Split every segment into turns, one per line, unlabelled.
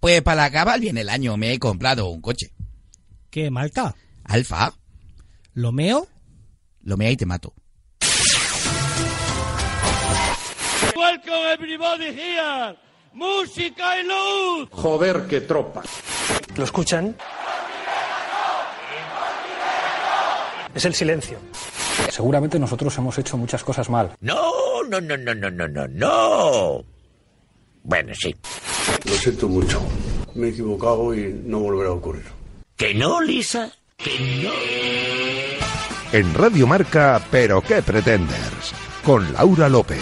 Pues para la cabal viene el año, me he comprado un coche.
¿Qué, Malta?
Alfa,
¿Lo meo?
lo mea y te mato.
Welcome everybody here. Música y luz.
Joder, qué tropa.
¿Lo escuchan? Es el silencio.
Seguramente nosotros hemos hecho muchas cosas mal.
No, no, no, no, no, no, no, no. Bueno, sí.
Lo siento mucho. Me he equivocado y no volverá a ocurrir.
Que no, Lisa. Que no.
En Radio Marca, pero qué pretenders, con Laura López.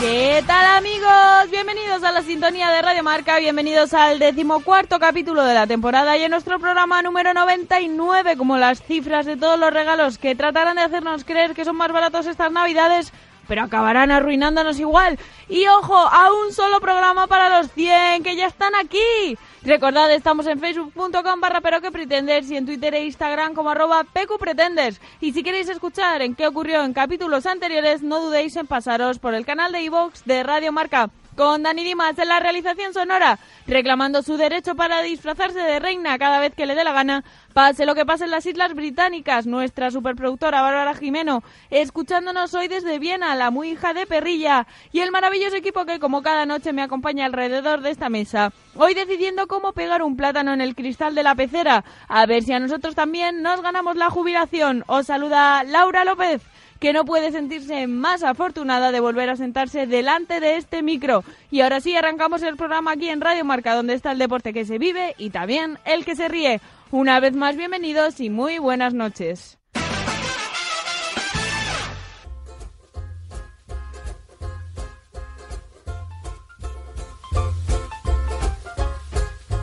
¿Qué tal amigos? Bienvenidos a la sintonía de Radio Marca, bienvenidos al decimocuarto capítulo de la temporada y en nuestro programa número 99, como las cifras de todos los regalos que tratarán de hacernos creer que son más baratos estas navidades, pero acabarán arruinándonos igual. Y ojo, a un solo programa para los 100 que ya están aquí. Recordad, estamos en facebook.com barra pero que pretenders y en Twitter e Instagram como arroba pqpretenders. Y si queréis escuchar en qué ocurrió en capítulos anteriores, no dudéis en pasaros por el canal de iVox de Radio Marca. Con Dani Dimas en la realización sonora, reclamando su derecho para disfrazarse de reina cada vez que le dé la gana, pase lo que pase en las Islas Británicas, nuestra superproductora Bárbara Jimeno, escuchándonos hoy desde Viena, la muy hija de Perrilla, y el maravilloso equipo que como cada noche me acompaña alrededor de esta mesa. Hoy decidiendo cómo pegar un plátano en el cristal de la pecera, a ver si a nosotros también nos ganamos la jubilación. Os saluda Laura López que no puede sentirse más afortunada de volver a sentarse delante de este micro. Y ahora sí, arrancamos el programa aquí en Radio Marca, donde está el deporte que se vive y también el que se ríe. Una vez más, bienvenidos y muy buenas noches.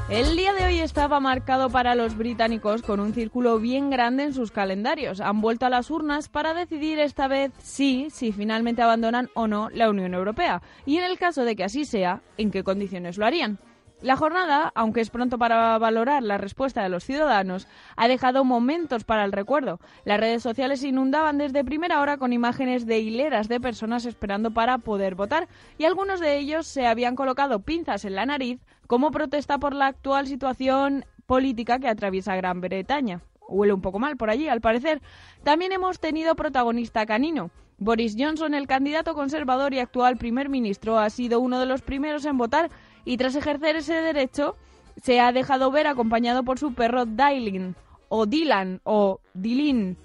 El día de hoy estaba marcado para los británicos con un círculo bien grande en sus calendarios. Han vuelto a las urnas para decidir esta vez sí, si finalmente abandonan o no la Unión Europea. Y en el caso de que así sea, ¿en qué condiciones lo harían? La jornada, aunque es pronto para valorar la respuesta de los ciudadanos, ha dejado momentos para el recuerdo. Las redes sociales se inundaban desde primera hora con imágenes de hileras de personas esperando para poder votar y algunos de ellos se habían colocado pinzas en la nariz como protesta por la actual situación política que atraviesa Gran Bretaña. Huele un poco mal por allí, al parecer. También hemos tenido protagonista canino. Boris Johnson, el candidato conservador y actual primer ministro, ha sido uno de los primeros en votar y tras ejercer ese derecho se ha dejado ver acompañado por su perro Dylan o Dylan o Dilin.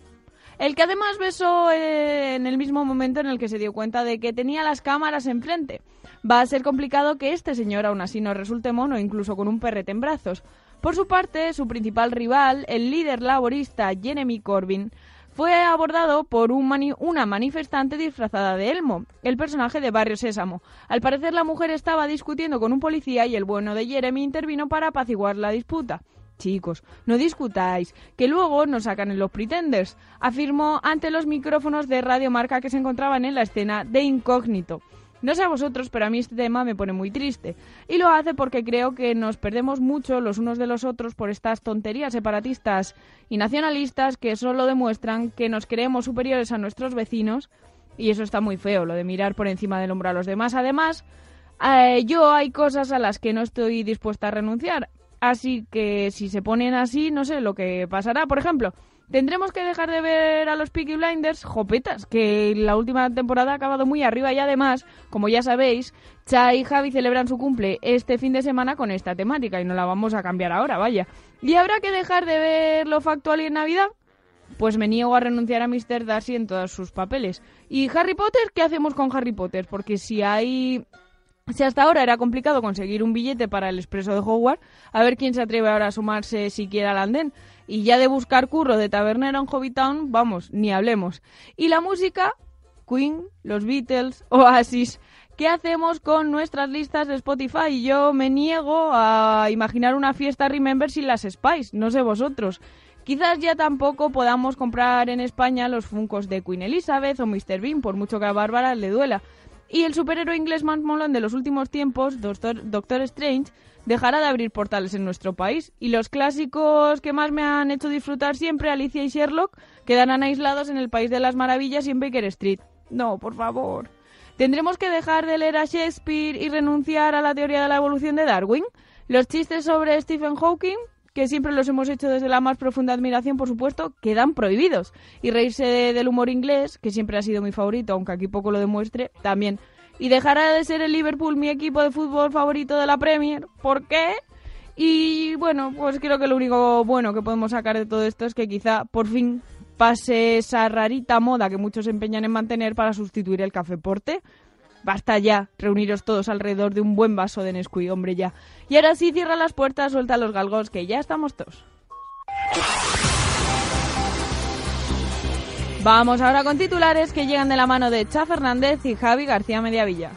El que además besó eh, en el mismo momento en el que se dio cuenta de que tenía las cámaras enfrente. Va a ser complicado que este señor aún así no resulte mono, incluso con un perrete en brazos. Por su parte, su principal rival, el líder laborista Jeremy Corbyn, fue abordado por un mani- una manifestante disfrazada de Elmo, el personaje de Barrio Sésamo. Al parecer la mujer estaba discutiendo con un policía y el bueno de Jeremy intervino para apaciguar la disputa. Chicos, no discutáis, que luego nos sacan en los pretenders, afirmó ante los micrófonos de Radio Marca que se encontraban en la escena de incógnito. No sé a vosotros, pero a mí este tema me pone muy triste. Y lo hace porque creo que nos perdemos mucho los unos de los otros por estas tonterías separatistas y nacionalistas que solo demuestran que nos creemos superiores a nuestros vecinos. Y eso está muy feo, lo de mirar por encima del hombro a los demás. Además, eh, yo hay cosas a las que no estoy dispuesta a renunciar. Así que si se ponen así, no sé lo que pasará. Por ejemplo, tendremos que dejar de ver a los Peaky Blinders, jopetas, que la última temporada ha acabado muy arriba y además, como ya sabéis, Cha y Javi celebran su cumple este fin de semana con esta temática y no la vamos a cambiar ahora, vaya. ¿Y habrá que dejar de ver lo factual y en Navidad? Pues me niego a renunciar a Mr. Darcy en todos sus papeles. ¿Y Harry Potter? ¿Qué hacemos con Harry Potter? Porque si hay si hasta ahora era complicado conseguir un billete para el expreso de Hogwarts, a ver quién se atreve ahora a sumarse siquiera al andén. Y ya de buscar curro de tabernero en Hobbitown, vamos, ni hablemos. Y la música, Queen, los Beatles, Oasis. ¿Qué hacemos con nuestras listas de Spotify? Yo me niego a imaginar una fiesta Remember sin las Spice, no sé vosotros. Quizás ya tampoco podamos comprar en España los funcos de Queen Elizabeth o Mr. Bean, por mucho que a Bárbara le duela. Y el superhéroe inglés más molón de los últimos tiempos, Doctor, Doctor Strange, dejará de abrir portales en nuestro país. Y los clásicos que más me han hecho disfrutar siempre, Alicia y Sherlock, quedarán aislados en el País de las Maravillas y en Baker Street. No, por favor. ¿Tendremos que dejar de leer a Shakespeare y renunciar a la teoría de la evolución de Darwin? ¿Los chistes sobre Stephen Hawking? que siempre los hemos hecho desde la más profunda admiración, por supuesto, quedan prohibidos. Y reírse de- del humor inglés, que siempre ha sido mi favorito, aunque aquí poco lo demuestre, también. Y dejará de ser el Liverpool mi equipo de fútbol favorito de la Premier. ¿Por qué? Y bueno, pues creo que lo único bueno que podemos sacar de todo esto es que quizá por fin pase esa rarita moda que muchos se empeñan en mantener para sustituir el café porte. Basta ya, reuniros todos alrededor de un buen vaso de Nesquik, hombre ya. Y ahora sí, cierra las puertas, suelta los galgos, que ya estamos todos. Vamos ahora con titulares que llegan de la mano de Cha Fernández y Javi García Mediavilla.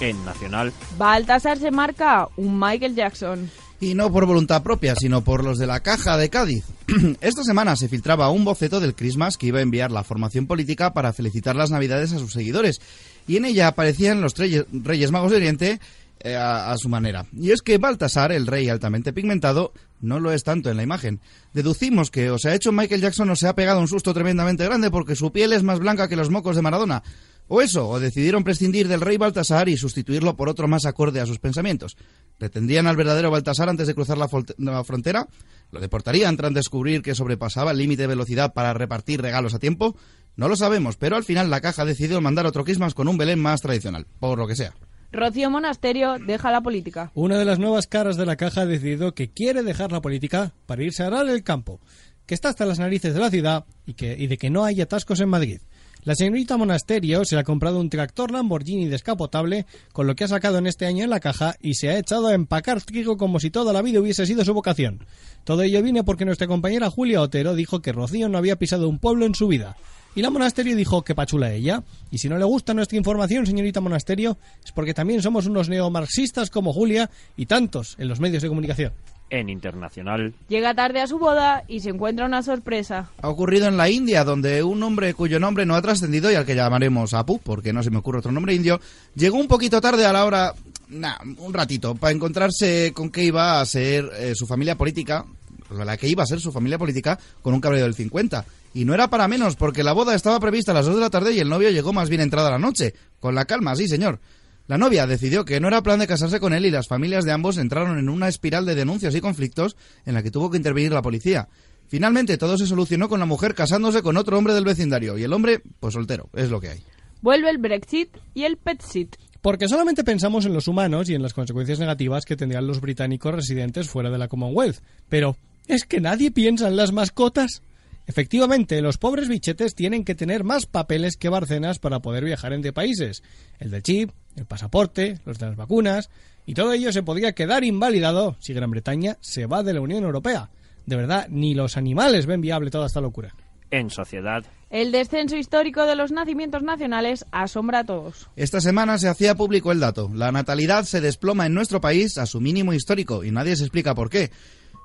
En Nacional,
Baltasar se marca un Michael Jackson.
Y no por voluntad propia, sino por los de la Caja de Cádiz. Esta semana se filtraba un boceto del Christmas que iba a enviar la formación política para felicitar las Navidades a sus seguidores. Y en ella aparecían los treyes- Reyes Magos de Oriente eh, a, a su manera. Y es que Baltasar, el rey altamente pigmentado, no lo es tanto en la imagen. Deducimos que o se ha hecho Michael Jackson o se ha pegado un susto tremendamente grande porque su piel es más blanca que los mocos de Maradona. O eso, o decidieron prescindir del rey Baltasar y sustituirlo por otro más acorde a sus pensamientos. ¿Pretendían al verdadero Baltasar antes de cruzar la, folte- la frontera? ¿Lo deportarían tras descubrir que sobrepasaba el límite de velocidad para repartir regalos a tiempo? No lo sabemos, pero al final la caja decidió mandar otro Christmas con un Belén más tradicional, por lo que sea.
Rocío Monasterio deja la política.
Una de las nuevas caras de la caja ha decidido que quiere dejar la política para irse a arar el campo, que está hasta las narices de la ciudad y, que, y de que no hay atascos en Madrid. La señorita Monasterio se le ha comprado un tractor Lamborghini descapotable, con lo que ha sacado en este año en la caja y se ha echado a empacar trigo como si toda la vida hubiese sido su vocación. Todo ello viene porque nuestra compañera Julia Otero dijo que Rocío no había pisado un pueblo en su vida. Y la Monasterio dijo que pachula ella. Y si no le gusta nuestra información, señorita Monasterio, es porque también somos unos neomarxistas como Julia y tantos en los medios de comunicación.
en Internacional,
Llega tarde a su boda y se encuentra una sorpresa.
Ha ocurrido en la India, donde un hombre cuyo nombre no ha trascendido y al que llamaremos Apu, porque no se me ocurre otro nombre indio, llegó un poquito tarde a la hora, nah, un ratito, para encontrarse con que iba a ser eh, su familia política, la que iba a ser su familia política, con un cabreo del 50. Y no era para menos, porque la boda estaba prevista a las 2 de la tarde y el novio llegó más bien entrada la noche, con la calma, sí señor. La novia decidió que no era plan de casarse con él y las familias de ambos entraron en una espiral de denuncias y conflictos en la que tuvo que intervenir la policía. Finalmente todo se solucionó con la mujer casándose con otro hombre del vecindario y el hombre, pues soltero, es lo que hay.
Vuelve el Brexit y el Petsit.
Porque solamente pensamos en los humanos y en las consecuencias negativas que tendrían los británicos residentes fuera de la Commonwealth. Pero, ¿es que nadie piensa en las mascotas? Efectivamente, los pobres bichetes tienen que tener más papeles que barcenas para poder viajar entre países. El del chip, el pasaporte, los de las vacunas, y todo ello se podría quedar invalidado si Gran Bretaña se va de la Unión Europea. De verdad, ni los animales ven viable toda esta locura.
en Sociedad,
El descenso histórico de los nacimientos nacionales asombra a todos.
Esta semana se hacía público el dato. La natalidad se desploma en nuestro país a su mínimo histórico y nadie se explica por qué.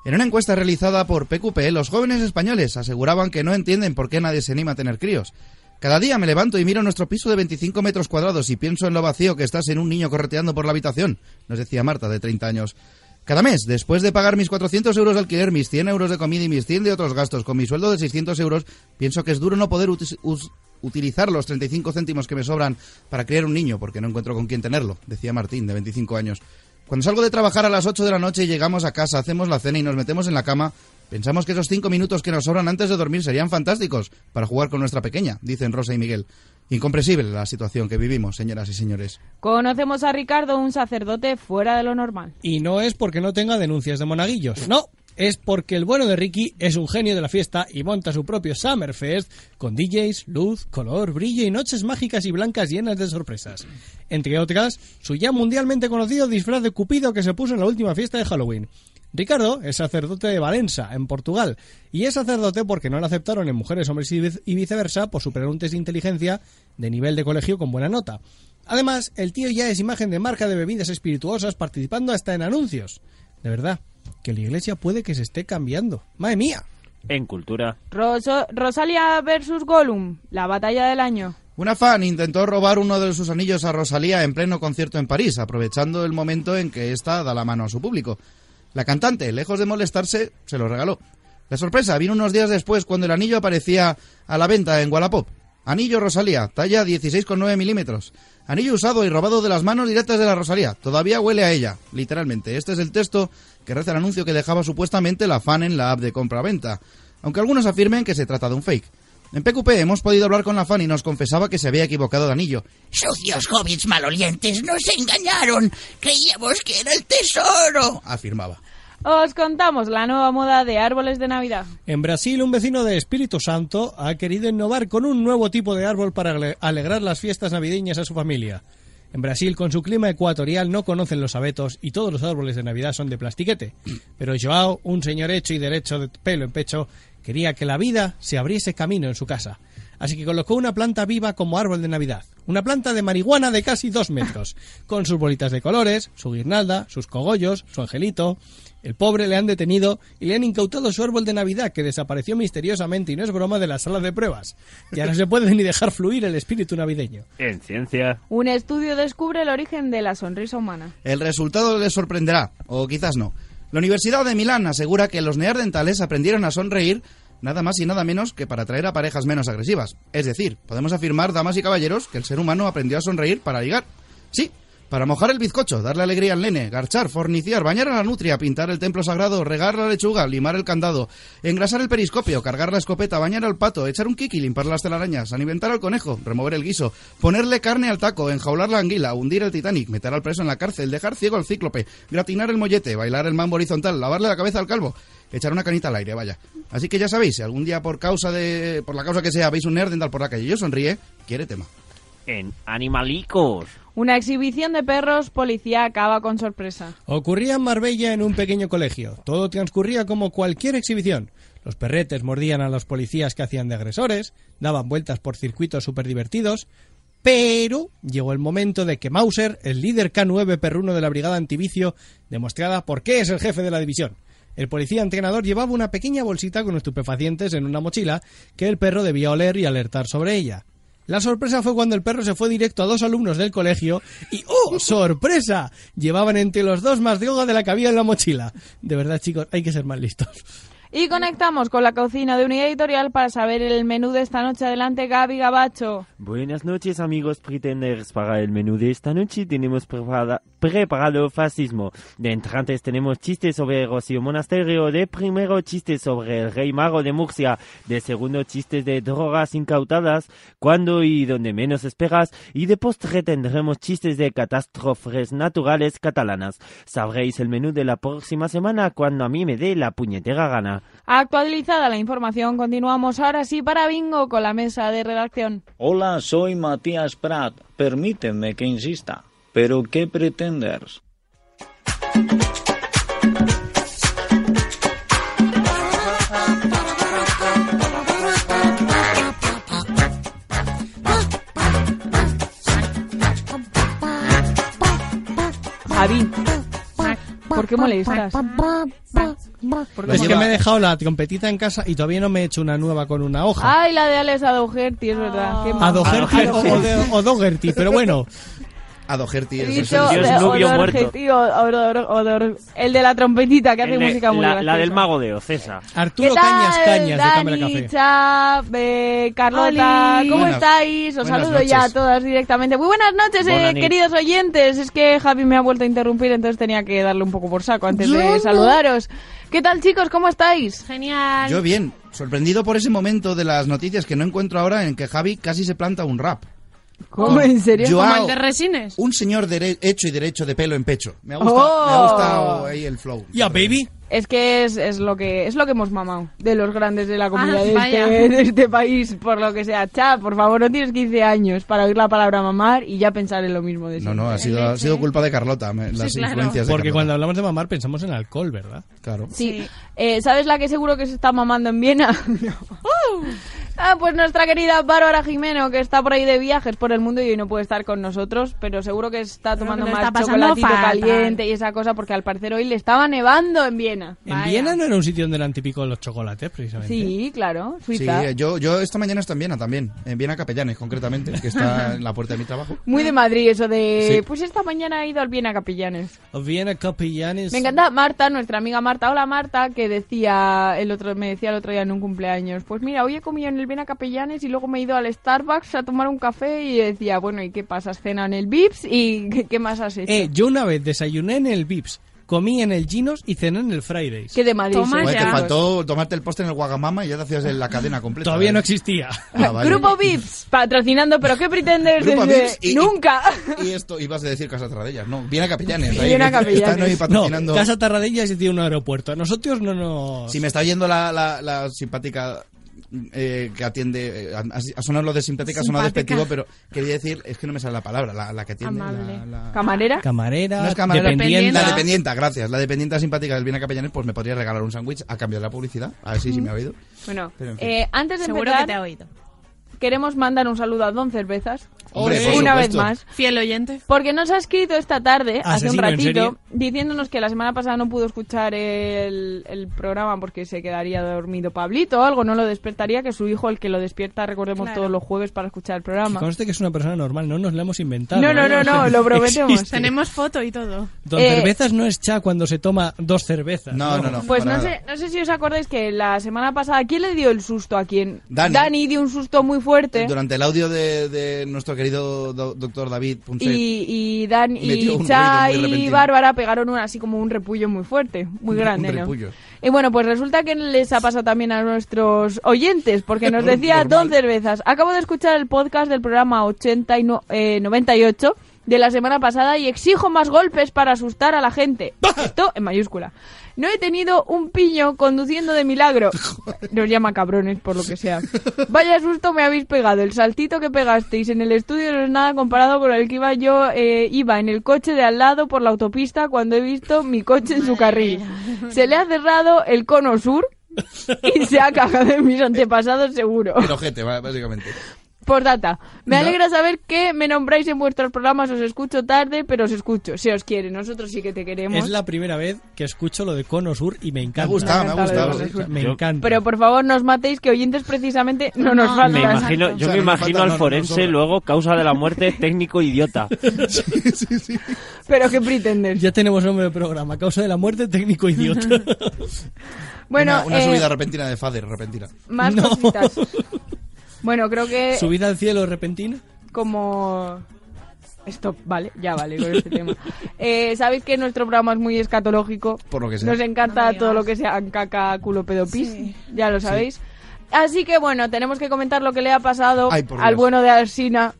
En una encuesta realizada por PQP, los jóvenes españoles aseguraban que no entienden por qué nadie se anima a tener críos. Cada día me levanto y miro nuestro piso de 25 metros cuadrados y pienso en lo vacío que estás en un niño correteando por la habitación, nos decía Marta, de 30 años. Cada mes, después de pagar mis 400 euros de alquiler, mis 100 euros de comida y mis 100 de otros gastos, con mi sueldo de 600 euros, pienso que es duro no poder utis- us- utilizar los 35 céntimos que me sobran para criar un niño, porque no encuentro con quién tenerlo, decía Martín, de 25 años. Cuando salgo de trabajar a las 8 de la noche y llegamos a casa, hacemos la cena y nos metemos en la cama, pensamos que esos 5 minutos que nos sobran antes de dormir serían fantásticos para jugar con nuestra pequeña, dicen Rosa y Miguel. Incomprensible la situación que vivimos, señoras y señores.
Conocemos a Ricardo, un sacerdote fuera de lo normal.
Y no es porque no tenga denuncias de monaguillos, no. Es porque el bueno de Ricky es un genio de la fiesta y monta su propio Summerfest con DJs, luz, color, brillo y noches mágicas y blancas llenas de sorpresas. Entre otras, su ya mundialmente conocido disfraz de Cupido que se puso en la última fiesta de Halloween. Ricardo es sacerdote de Valença, en Portugal, y es sacerdote porque no lo aceptaron en Mujeres, Hombres y vice- y viceversa por superar un test de inteligencia de nivel de colegio con buena nota. Además, el tío ya es imagen de marca de bebidas espirituosas participando hasta en anuncios. De verdad, que la iglesia puede que se esté cambiando. ¡Madre mía!
en Cultura,
Roso- Rosalia versus Gollum, la batalla del año.
Una fan intentó robar uno de sus anillos a Rosalía en pleno concierto en París, aprovechando el momento en que ésta da la mano a su público. La cantante, lejos de molestarse, se lo regaló. La sorpresa vino unos días después cuando el anillo aparecía a la venta en Wallapop. Anillo Rosalía, talla 16,9 milímetros. Anillo usado y robado de las manos directas de la Rosalía. Todavía huele a ella, literalmente. Este es el texto que reza el anuncio que dejaba supuestamente la fan en la app de compra-venta. Aunque algunos afirmen que se trata de un fake. En PQP hemos podido hablar con la fan y nos confesaba que se había equivocado de anillo.
Sucios hobbits malolientes, nos engañaron. Creíamos que era el tesoro.
Afirmaba.
Os contamos la nueva moda de árboles de Navidad.
En Brasil, un vecino de Espíritu Santo ha querido innovar con un nuevo tipo de árbol para ale- alegrar las fiestas navideñas a su familia. En Brasil, con su clima ecuatorial, no conocen los abetos y todos los árboles de Navidad son de plastiquete. Pero Joao, un señor hecho y derecho de pelo en pecho, quería que la vida se abriese camino en su casa. Así que colocó una planta viva como árbol de Navidad. Una planta de marihuana de casi dos metros, con sus bolitas de colores, su guirnalda, sus cogollos, su angelito. El pobre le han detenido y le han incautado su árbol de Navidad, que desapareció misteriosamente y no es broma de la sala de pruebas. Ya no se puede ni dejar fluir el espíritu navideño.
En ciencia.
Un estudio descubre el origen de la sonrisa humana.
El resultado les sorprenderá, o quizás no. La Universidad de Milán asegura que los neandertales aprendieron a sonreír nada más y nada menos que para atraer a parejas menos agresivas. Es decir, podemos afirmar, damas y caballeros, que el ser humano aprendió a sonreír para ligar. Sí, para mojar el bizcocho, darle alegría al nene, garchar, forniciar, bañar a la nutria, pintar el templo sagrado, regar la lechuga, limar el candado, engrasar el periscopio, cargar la escopeta, bañar al pato, echar un kiki, limpar las telarañas, alimentar al conejo, remover el guiso, ponerle carne al taco, enjaular la anguila, hundir el Titanic, meter al preso en la cárcel, dejar ciego al cíclope, gratinar el mollete, bailar el mambo horizontal, lavarle la cabeza al calvo, echar una canita al aire, vaya. Así que ya sabéis, si algún día por causa de por la causa que sea veis un nerd andar por la calle y yo sonríe, quiere tema.
En animalicos.
Una exhibición de perros policía acaba con sorpresa.
Ocurría en Marbella en un pequeño colegio. Todo transcurría como cualquier exhibición. Los perretes mordían a los policías que hacían de agresores, daban vueltas por circuitos súper divertidos, pero llegó el momento de que Mauser, el líder K9 perruno de la brigada antivicio, demostrara por qué es el jefe de la división. El policía entrenador llevaba una pequeña bolsita con estupefacientes en una mochila que el perro debía oler y alertar sobre ella. La sorpresa fue cuando el perro se fue directo a dos alumnos del colegio y ¡oh, sorpresa! Llevaban entre los dos más droga de la que había en la mochila. De verdad, chicos, hay que ser más listos.
Y conectamos con la cocina de Unidad Editorial para saber el menú de esta noche. Adelante, Gaby Gabacho.
Buenas noches amigos pretenders. Para el menú de esta noche tenemos preparada- preparado fascismo. De entrantes tenemos chistes sobre Rocío Monasterio. De primero chistes sobre el rey mago de Murcia. De segundo chistes de drogas incautadas. Cuando y donde menos esperas. Y de postre tendremos chistes de catástrofes naturales catalanas. Sabréis el menú de la próxima semana cuando a mí me dé la puñetera gana.
Actualizada la información, continuamos ahora sí para Bingo con la mesa de redacción.
Hola, soy Matías Prat. Permíteme que insista. ¿Pero qué pretenders?
Javi, ¿por qué molestas? ¿Por qué
Es que
molestas?
me he dejado la trompetita en casa y todavía no me he hecho una nueva con una hoja.
Ay, la de Alex Adogerty, es verdad. qué mal.
Adogerty
Ah,
o, o de- o Dougherty, pero bueno.
Adogerty
He dicho de Adogerty, o- o- o- o- El de la trompetita que hace
El de-
música muy
la, la
graciosa.
del mago de Ocesa.
¿Qué
Arturo
tal,
de Cámara
Dani, Chap, eh, Carlota,
Oli.
¿cómo
Buenas-
estáis? Os
buenas
saludo ya a
noches.
todas directamente. Muy buenas noches, eh,
Buenas noches.
queridos oyentes. Es que Javi me ha vuelto a interrumpir, entonces tenía que darle un poco por saco antes
Yo
de
no.
saludaros. ¿Qué tal, chicos? ¿Cómo estáis? Genial.
Yo bien, sorprendido por ese momento de las noticias que no encuentro ahora en que Javi casi se planta un rap.
¿Cómo? ¿En serio?
Joao, Uh.
Como el de Resines.
un señor dere- hecho y derecho de pelo en pecho. Me ha gustado,
Oh.
me ha gustado ahí el flow.
Ya, baby.
Es que es, es lo que es lo que hemos mamado de los grandes de la comunidad
Ah,
de,
vaya.
este, de este país, por lo que sea. Chap, por favor, no tienes 15 años para oír la palabra mamar y ya pensar en lo mismo de
No,
siempre.
no, ha sido, ha sido culpa de Carlota, me- las influencias de
Porque
Carlota.
cuando hablamos de mamar pensamos en alcohol, ¿verdad?
Claro.
Sí. Eh, ¿Sabes la que seguro que se está mamando en Viena? No. Ah, pues nuestra querida Bárbara Jimeno, que está por ahí de viajes por el mundo y hoy no puede estar con nosotros, pero seguro que está tomando
lo
más
está pasando
chocolatito
fatal.
caliente y esa cosa, porque al parecer hoy le estaba nevando en Viena.
En Viena no era un sitio donde eran típicos los chocolates, precisamente.
Sí, claro,
Sí,
Suiza.
yo, yo esta mañana estoy en Viena también, en Viena Capellanes concretamente, que está en la puerta de mi trabajo.
Muy de Madrid eso de...
Sí.
Pues esta mañana he ido al Viena Capellanes.
Viena Capellanes.
Me encanta Marta, nuestra amiga Marta. Hola Marta, que decía el otro, me decía el otro día en un cumpleaños, pues mira, hoy he comido en el Viena Capellanes y luego me he ido al Starbucks a tomar un café y decía, bueno, ¿y qué pasas? ¿Cena en el Vips? ¿Y qué, qué más has hecho?
Eh, yo una vez desayuné en el Vips, comí en el Ginos y cené en el Fridays.
Que de Madrid sois,
Joder, te
chicos.
faltó tomarte el postre en el Guagamama y ya te hacías en la cadena completa.
Todavía no existía.
Ah, vale.
Grupo Vips, patrocinando, pero ¿qué pretendes
Grupo
desde-
Vips y-
Nunca.
Y esto ibas a decir Casa Tarradellas, no, Viena Capellanes. ahí,
Viena
están ahí
Capellanes.
patrocinando.
No, Casa Tarradellas y tiene un aeropuerto. A nosotros no nos...
Si me está oyendo la, la, la simpática eh, que atiende, eh, ha- ha sonado lo de simpática, ha sonado
Simpática.
despectivo, pero quería decir, es que no me sale la palabra, la, la que atiende. la- la-
¿Camarera?
Camarera,
No es camarera,
dependienta.
La dependienta, gracias. La dependienta simpática del Viena Capellanes, pues me podría regalar un sándwich a cambio de la publicidad. A ver si, si me ha oído.
Bueno,
Pero en fin.
eh, antes de
Seguro
empezar,
que te ha oído.
queremos mandar un saludo a Don Cervezas.
Hombre, por
una vez
supuesto. Ah,
más.
Fiel oyente.
Porque nos ha escrito esta tarde, hace
Asesino
un
en
ratito,
serie.
diciéndonos que la semana pasada no pudo escuchar el, el programa porque se quedaría dormido Pablito o algo, no lo despertaría, que es su hijo el que lo despierta, recordemos,
Claro.
todos los jueves para escuchar el
Que
programa.
conste que es una persona normal, no nos la hemos inventado.
No, no,
¿eh?
no, no, lo prometemos.
Existe.
Tenemos foto y todo.
Don
Eh,
Cervezas no es cha cuando se toma dos cervezas.
No, no, no.
Pues
para
no
nada.
sé, no sé si os acordáis que la semana pasada, ¿quién le dio el susto a quién?
Dani.
dio un susto muy fuerte.
Durante el audio de, de nuestro querido do- doctor David Punset.
Y, y Dan
Metió
y
un
Cha
ruido muy
y
repentino.
Bárbara pegaron un, así como un repullo muy fuerte, muy
Un
grande, ¿no?
repullo.
Y bueno, pues resulta que les ha pasado también a nuestros oyentes, porque nos decía Don Cervezas, acabo de escuchar el podcast del programa 80 y no- eh, 98 de la semana pasada y exijo más golpes para asustar a la gente. Esto en mayúscula. No he tenido un piño conduciendo de milagro. Nos llama cabrones, por lo que sea. Vaya susto me habéis pegado. El saltito que pegasteis en el estudio no es nada comparado con el que iba yo, eh, iba en el coche de al lado por la autopista cuando he visto mi coche en su carril. Se le ha cerrado el cono sur y se ha cagado en mis antepasados seguro.
El ojete, va- básicamente.
Por data, me
No.
alegra saber que me nombráis en vuestros programas. Os escucho tarde, pero os escucho. Se os quiere, nosotros sí que te queremos.
Es la primera vez que escucho lo de Cono Sur y me encanta.
gustado, me ha Me ha encantado gustado, lo de Cono
Me,
Sur.
encanta.
Pero pues, por favor, no os matéis, que oyentes precisamente no nos
No,
faltan.
Me
Exacto.
imagino, yo
O sea,
me
no nos
imagino
falta-
al
no, no,
forense
sobra.
luego causa de la muerte técnico idiota.
Pero ¿qué pretendes?
Ya tenemos nombre de programa. Causa de la muerte técnico idiota.
Bueno,
una una
eh,
subida repentina de Fader, repentina.
más
No.
cositas. Bueno, creo que
Subida al cielo repentina.
como... Stop, vale, ya vale con este tema. Eh, Sabéis que nuestro programa es muy escatológico.
Por lo que sea.
Nos encanta
No me
todo
digas.
lo que sea caca, culo, pedopis.
Sí.
Ya lo sabéis. Así que bueno, tenemos que comentar lo que le ha pasado
Ay, por
al
Dios.
bueno de Alsina.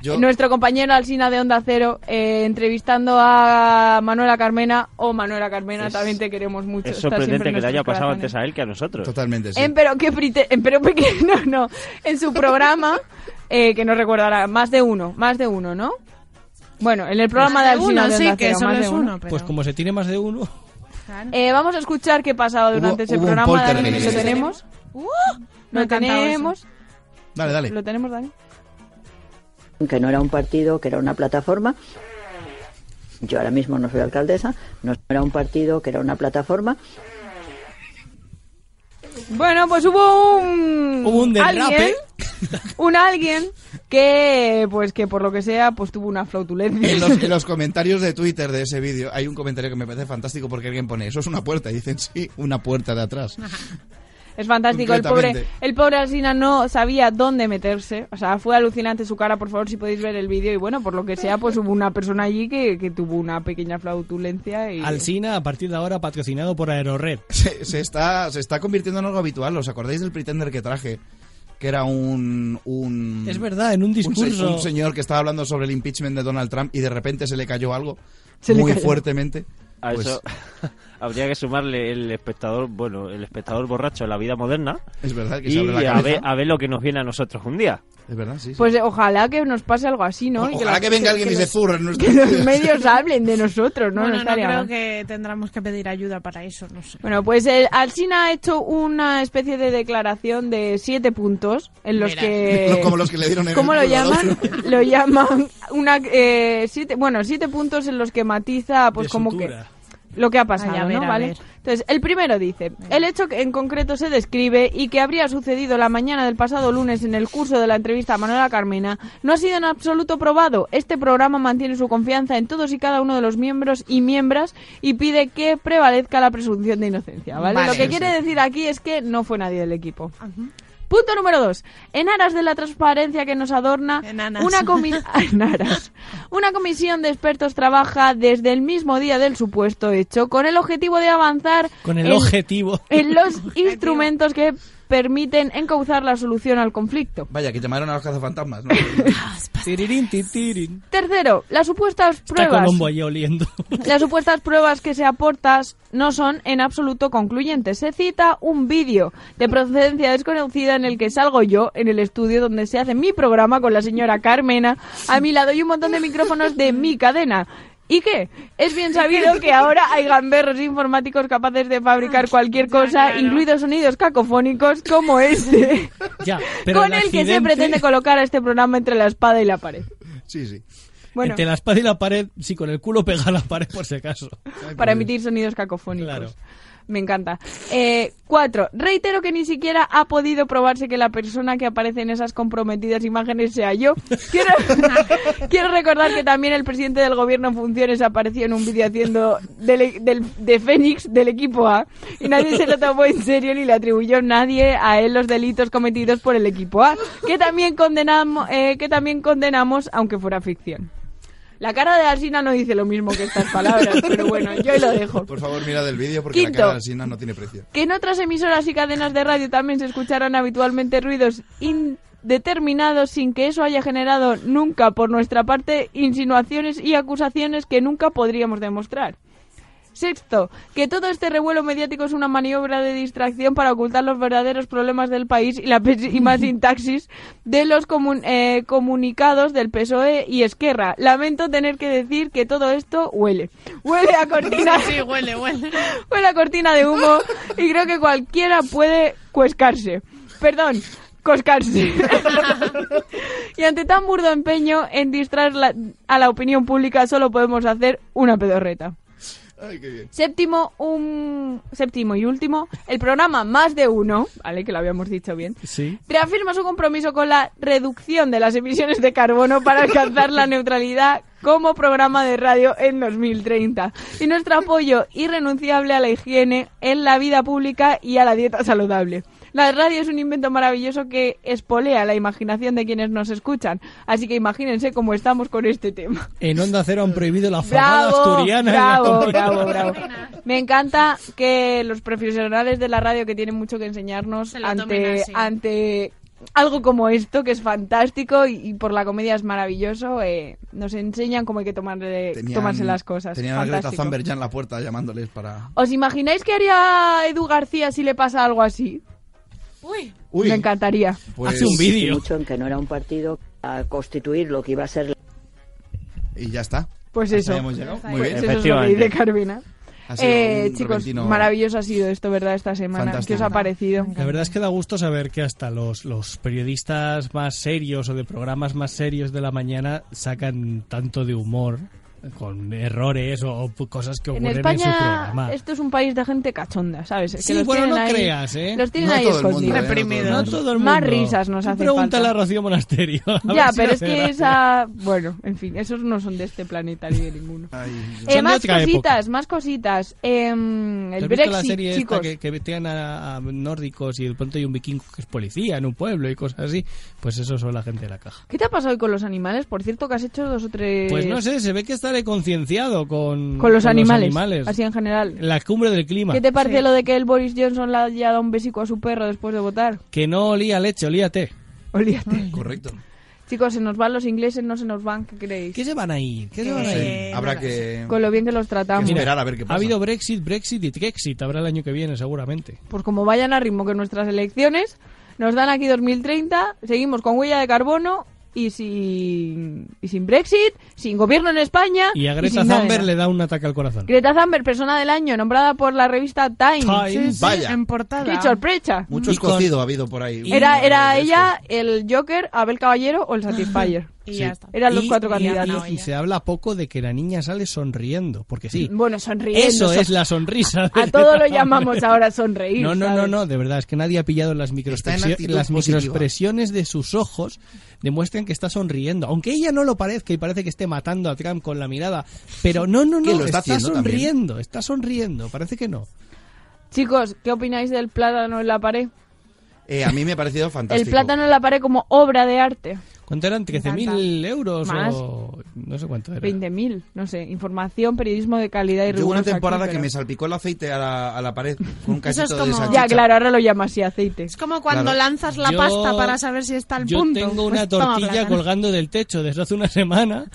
Yo-
Nuestro compañero Alsina de Onda Cero, eh, entrevistando a Manuela Carmena. O Manuela Carmena,
Es-
también te queremos mucho.
Es
estás siempre
sorprendente
en ¿eh?
que le haya
nuestros
pasado
corazones.
antes a él que a nosotros.
Totalmente, sí.
En pero qué prite- en pero Peque- no, no, en su programa eh, que no recordará más de uno, más de uno, ¿no? Bueno, en el programa de
Más de
Alsina
uno,
de
sí,
Onda
que
Cero,
solo
más de
es uno, pero-
Pues como se tiene más de uno.
Claro.
Eh, vamos a escuchar qué pasaba durante ese
hubo un
programa, Dani,
poltergeist.
lo tenemos,
Uh, me ha
lo
encantado eso.
tenemos,
Dale, dale.
lo tenemos, Dani.
que no era un partido, que era una plataforma. Yo ahora mismo no soy alcaldesa, no era un partido, que era una plataforma.
Bueno, pues hubo un
Hubo un derrape.
alguien, un alguien que pues que por lo que sea pues tuvo una flautulencia.
En los, en los comentarios de Twitter de ese vídeo hay un comentario que me parece fantástico porque alguien pone, eso es una puerta. Y dicen, sí, una puerta de atrás.
Es fantástico. El pobre,
Completamente.
el pobre Alsina no sabía dónde meterse. O sea, fue alucinante su cara. Por favor, si podéis ver el vídeo. Y bueno, por lo que sea, pues hubo una persona allí que, que tuvo una pequeña flautulencia. Y...
Alsina, a partir de ahora, patrocinado por Aerored.
Se, se está, se está convirtiendo en algo habitual. ¿Os acordáis del Pretender que traje? Que era un... un
Es verdad, en un
un se-
discurso.
Un, señor que estaba hablando sobre el impeachment de Donald Trump y de repente se le cayó algo
Se le
muy
cayó.
fuertemente.
A
Pues,
eso, habría que sumarle el espectador, bueno, el espectador borracho de la vida moderna.
Es verdad que
y
se abre la
a,
cabeza.
ver, a ver lo que nos viene a nosotros un día.
Es verdad, sí.
Pues eh, ojalá que nos pase algo así, ¿no? Y
Ojalá
la-
que venga alguien y se
los-
zurre en nuestro-
Que los medios hablen de nosotros, ¿no?
bueno, no
No estaría
creo
mal.
que tendramos que pedir ayuda para eso, no sé.
Bueno, pues el Alsina ha hecho una especie de declaración de siete puntos en los
Verás.
que...
Como los que le dieron en el
¿Cómo lo
culo al
llaman?
otro.
Lo llaman una... eh, siete, bueno, siete puntos en los que matiza pues
De
como
sutura.
que... Lo que ha
Ay,
pasado,
a ver,
¿no?
a
¿Vale?
ver.
Entonces, el primero dice, el hecho que en concreto se describe y que habría sucedido la mañana del pasado lunes en el curso de la entrevista a Manuela Carmena no ha sido en absoluto probado. Este programa mantiene su confianza en todos y cada uno de los miembros y miembras y pide que prevalezca la presunción de inocencia, ¿vale?
Vale.
Lo que
Sí,
quiere decir aquí es que no fue nadie del equipo. Punto número dos. En aras de la transparencia que nos adorna, una, comi- en aras. una comisión de expertos trabaja desde el mismo día del supuesto hecho con el objetivo de avanzar
Con el
en-
objetivo.
en los instrumentos que permiten encauzar la solución al conflicto.
Vaya, que llamaron a los cazafantasmas, ¿no?
Tirirín, titirín.
Tercero, las supuestas
Está
pruebas.
Colombo ahí oliendo.
Las supuestas pruebas que se aportan no son en absoluto concluyentes. Se cita un vídeo de procedencia desconocida en el que salgo yo en el estudio donde se hace mi programa con la señora Carmena a mi lado y un montón de micrófonos de mi cadena. ¿Y qué? Es bien sabido que ahora hay gamberros informáticos capaces de fabricar cualquier cosa, incluidos sonidos cacofónicos como este,
Ya, pero
con el que se
accidente-
pretende colocar a este programa entre la espada y la pared.
Sí, sí.
Bueno.
Entre la espada y la pared, sí, con el culo pega a la pared por si acaso.
para emitir sonidos cacofónicos. Me encanta. Eh, cuatro. Reitero que ni siquiera ha podido probarse que la persona que aparece en esas comprometidas imágenes sea yo. Quiero, quiero recordar que también el presidente del gobierno en funciones apareció en un vídeo haciendo del- del- de Fénix del equipo A y nadie se lo tomó en serio ni le atribuyó nadie a él los delitos cometidos por el equipo A, que también condenamos, eh, que también condenamos aunque fuera ficción. La cara de Alsina no dice lo mismo que estas palabras, pero bueno, yo ahí lo dejo.
Por favor, mira del vídeo porque
Quinto.
la cara de Alsina no tiene precio.
Que en otras emisoras y cadenas de radio también se escucharon habitualmente ruidos indeterminados sin que eso haya generado nunca por nuestra parte insinuaciones y acusaciones que nunca podríamos demostrar. Sexto, que todo este revuelo mediático es una maniobra de distracción para ocultar los verdaderos problemas del país y la pésima sintaxis de los comun- eh, comunicados del PSOE E y Esquerra. Lamento tener que decir que todo esto huele. Huele a cortina.
Sí, huele, huele.
Fue la cortina de humo y creo que cualquiera puede cuescarse. Perdón, coscarse. y ante tan burdo empeño en distraer la- a la opinión pública solo podemos hacer una pedorreta.
Ay, qué bien.
Séptimo, un séptimo y último, el programa Más de Uno, vale, que lo habíamos dicho bien,
Sí.
reafirma su compromiso con la reducción de las emisiones de carbono para alcanzar la neutralidad como programa de radio en 2030 y nuestro apoyo irrenunciable a la higiene en la vida pública y a la dieta saludable. La radio es un invento maravilloso que espolea la imaginación de quienes nos escuchan, así que imagínense cómo estamos con este tema.
En Onda Cero han prohibido la fabada
Bravo,
asturiana. en la
bravo,
comunidad.
bravo, bravo. Me encanta que los profesionales de la radio que tienen mucho que enseñarnos
lo tomen
ante,
así.
ante algo como esto, que es fantástico y, y por la comedia es maravilloso, eh, nos enseñan cómo hay que tomarle-
Tenían-
Eh, tomarse las cosas.
Tenían a Greta
Fantástico.
Thunberg ya en la puerta llamándoles para...
¿Os imagináis qué haría Edu García si le pasa algo así? Me encantaría.
Pues-
Hace un vídeo.
Mucho en que no era un partido a constituir lo que iba a ser la
Y ya está.
Pues
Hasta
eso.
ahí hemos llegado. Muy
Pues
bien.
eso es lo que dice Carmena.
Ha sido
Eh,
un
chicos,
repentino-
maravilloso ha sido esto, ¿verdad? Esta semana. ¿Qué os
Fantástico.
ha parecido?
La verdad es que da gusto saber que hasta los, los periodistas más serios o de programas más serios de la mañana sacan tanto de humor con errores o, o cosas que
En
ocurren en, su
España,
programa.
esto es un país de gente cachonda, ¿sabes? Es que
Sí,
los
bueno, no
tienen ahí-
creas, ¿eh?
Los tienen
No
ahí
todo el mundo,
escondidos.
¿eh? No todo el Reprimidos. mundo. No todo el
Más
mundo.
risas nos
Tú
hace
pregúntale
falta.
a Rocío Monasterio. a ver
Ya,
si
pero
le
es
hace
que
gracia.
esa... Bueno, en fin, esos no son de este planeta ni de ninguno. Eh,
Son de
más
otra época.
cositas, más cositas. Em,
¿Te
el
has visto la
Brexit,
serie esta
chicos.
que, que vetean a, a nórdicos y de pronto hay un vikingo que es policía en un pueblo y cosas así? Pues eso son la gente de la caja.
¿Qué te ha pasado hoy con los animales? Por cierto, que has hecho dos o tres...
Pues no sé, se ve que estaré concienciado con,
Con los animales,
animales.
así en general.
La cumbre del clima.
¿Qué te parece lo de que el Boris Johnson le haya dado un besico a su perro después de votar?
Que no olía leche, olía té.
Olíate.
Correcto.
Chicos, se nos van los ingleses, no se nos van, ¿qué creéis?
¿Qué se van a ir? ¿Qué se van a
Sí,
ir?
habrá que...
Eh, Con lo bien que los tratamos.
Mira,
esperar a ver qué
Ha
pasa.
habido Brexit, Brexit y Trexit. Habrá el año que viene, seguramente.
Pues como vayan a ritmo que nuestras elecciones, nos dan aquí 2030, seguimos con huella de carbono y sin, y sin Brexit, sin gobierno en España.
Y a Greta
sin nada de
Thunberg
nada.
le da un ataque al corazón.
Greta Thunberg, persona del año, nombrada por la revista Time.
Time. Sí, sí, Vaya. en
portada. Qué sorpresa.
Mucho escocido ha habido por ahí.
Era, era ella, el Joker, Abel Caballero o el Satisfyer.
Sí.
Eran los
Y-
cuatro
y-
candidatos.
Y, se habla poco de que la niña sale sonriendo, porque sí.
Bueno, sonriendo.
Eso
son-
es la sonrisa. de
A todo lo
Greta
llamamos
Thunberg.
ahora sonreír.
No, no,
¿sabes?
no, no, de verdad, es que nadie ha pillado las,
en
microexpresio-
actitud
las
positiva.
microexpresiones de sus ojos, demuestran que está sonriendo, aunque ella no lo parezca y parece que esté matando a Trump con la mirada, pero no, no,
Que
no,
lo está haciendo también.
sonriendo, está sonriendo, parece que no.
Chicos, ¿qué opináis del plátano en la pared?
Eh, a mí me ha parecido fantástico.
El plátano en la pared como obra de arte.
¿Cuánto eran? ¿13.000 euros
Más.
o no sé cuánto era?
20.000, no sé. Información, periodismo de calidad y
Yo hubo
rigurosa
una
aquí,
temporada
pero-
que me salpicó el aceite a la, a la pared con un
Eso
cachito
es
de
como-
salchicha.
Ya, claro, ahora lo llamas así aceite. Es
como cuando
Claro.
lanzas la
Yo-
pasta para saber si está al
Yo
punto.
tengo
Pues
una
toma
tortilla
plátano.
colgando del techo desde hace una semana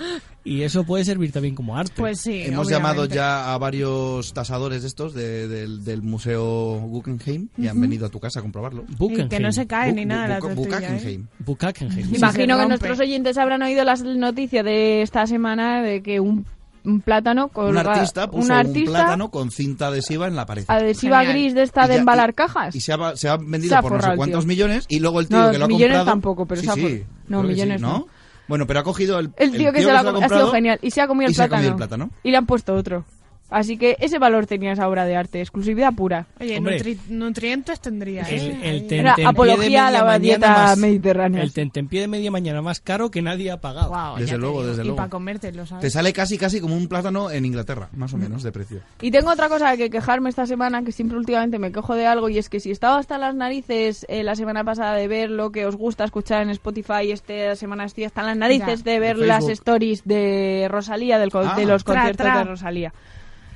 y eso puede servir también como arte.
Pues sí.
Hemos
obviamente.
llamado ya a varios tasadores de estos de- del, del Museo Guggenheim y han venido a tu casa a comprobarlo.
Y que no se cae ni nada la
Bu- bu-
tortilla,
Buckenheim.
Buckenheim.
Imagino que
rompe.
nuestros oyentes habrán oído las noticias de esta semana de que un, un plátano con
Un artista puso
un, artista
un plátano con cinta adhesiva en la pared.
adhesiva
Genial.
gris de esta
Y
de
ya-
embalar cajas.
Y se ha, se ha vendido
Se ha
por no
forrado
sé
el
cuántos
tío.
millones y luego el tío
No,
que lo ha
millones
comprado...
tampoco, pero
Sí,
se ha
sí,
forrado. No,
creo que
millones
sí, ¿no?
no.
Bueno, pero ha cogido el...
El tío que se lo ha, ha sido
comprado
genial y se ha comido el
y se ha
plátano.
comido el plátano.
Y le han puesto otro. Así que ese valor tenía esa obra de arte, exclusividad pura.
Oye,
Hombre.
nutri- nutrientes tendría.
El, el
¿eh? Ahí.
Era
tentempié de
apología
media
a la
mañana
dieta
más-
mediterránea.
El tentempié de media mañana más caro que nadie ha pagado.
Guau,
Desde
ya te
luego,
digo.
desde
y
luego.
para comértelo, ¿sabes?
Te sale casi, casi como un plátano en Inglaterra, más o menos, de precio.
Y tengo otra cosa que quejarme esta semana, que siempre últimamente me quejo de algo, y es que si estaba hasta las narices eh, la semana pasada de ver lo que os gusta escuchar en Spotify, esta semana estoy hasta las narices
Ya.
de ver
En
las
Facebook.
stories de Rosalía, del, co-
Ah.
de los
Tra,
conciertos
tra.
de Rosalía.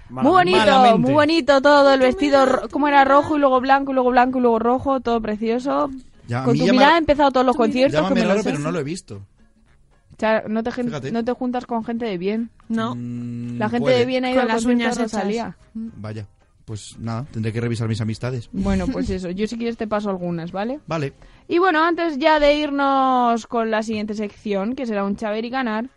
Muy bonito, muy bonito todo, el vestido, ro- como era rojo y luego blanco y luego blanco y luego rojo, todo precioso.
Ya, a
Con
mí
tu
llama-
mirada he empezado todos los conciertos. que
Llámame
me los
raro,
sé.
pero no lo he visto.
O sea, no te, gen-
Fíjate.
no te juntas con gente de bien.
No.
Mm,
La gente
puede.
de bien ha ido
Con
al
las
concierto
uñas
de
hechas.
Rosalía.
Vaya, pues nada, tendré que revisar mis amistades.
Bueno, pues eso. Yo si quieres te paso algunas, ¿vale?
Vale.
Y bueno, antes ya de irnos con la siguiente sección, que será un chaver y ganar,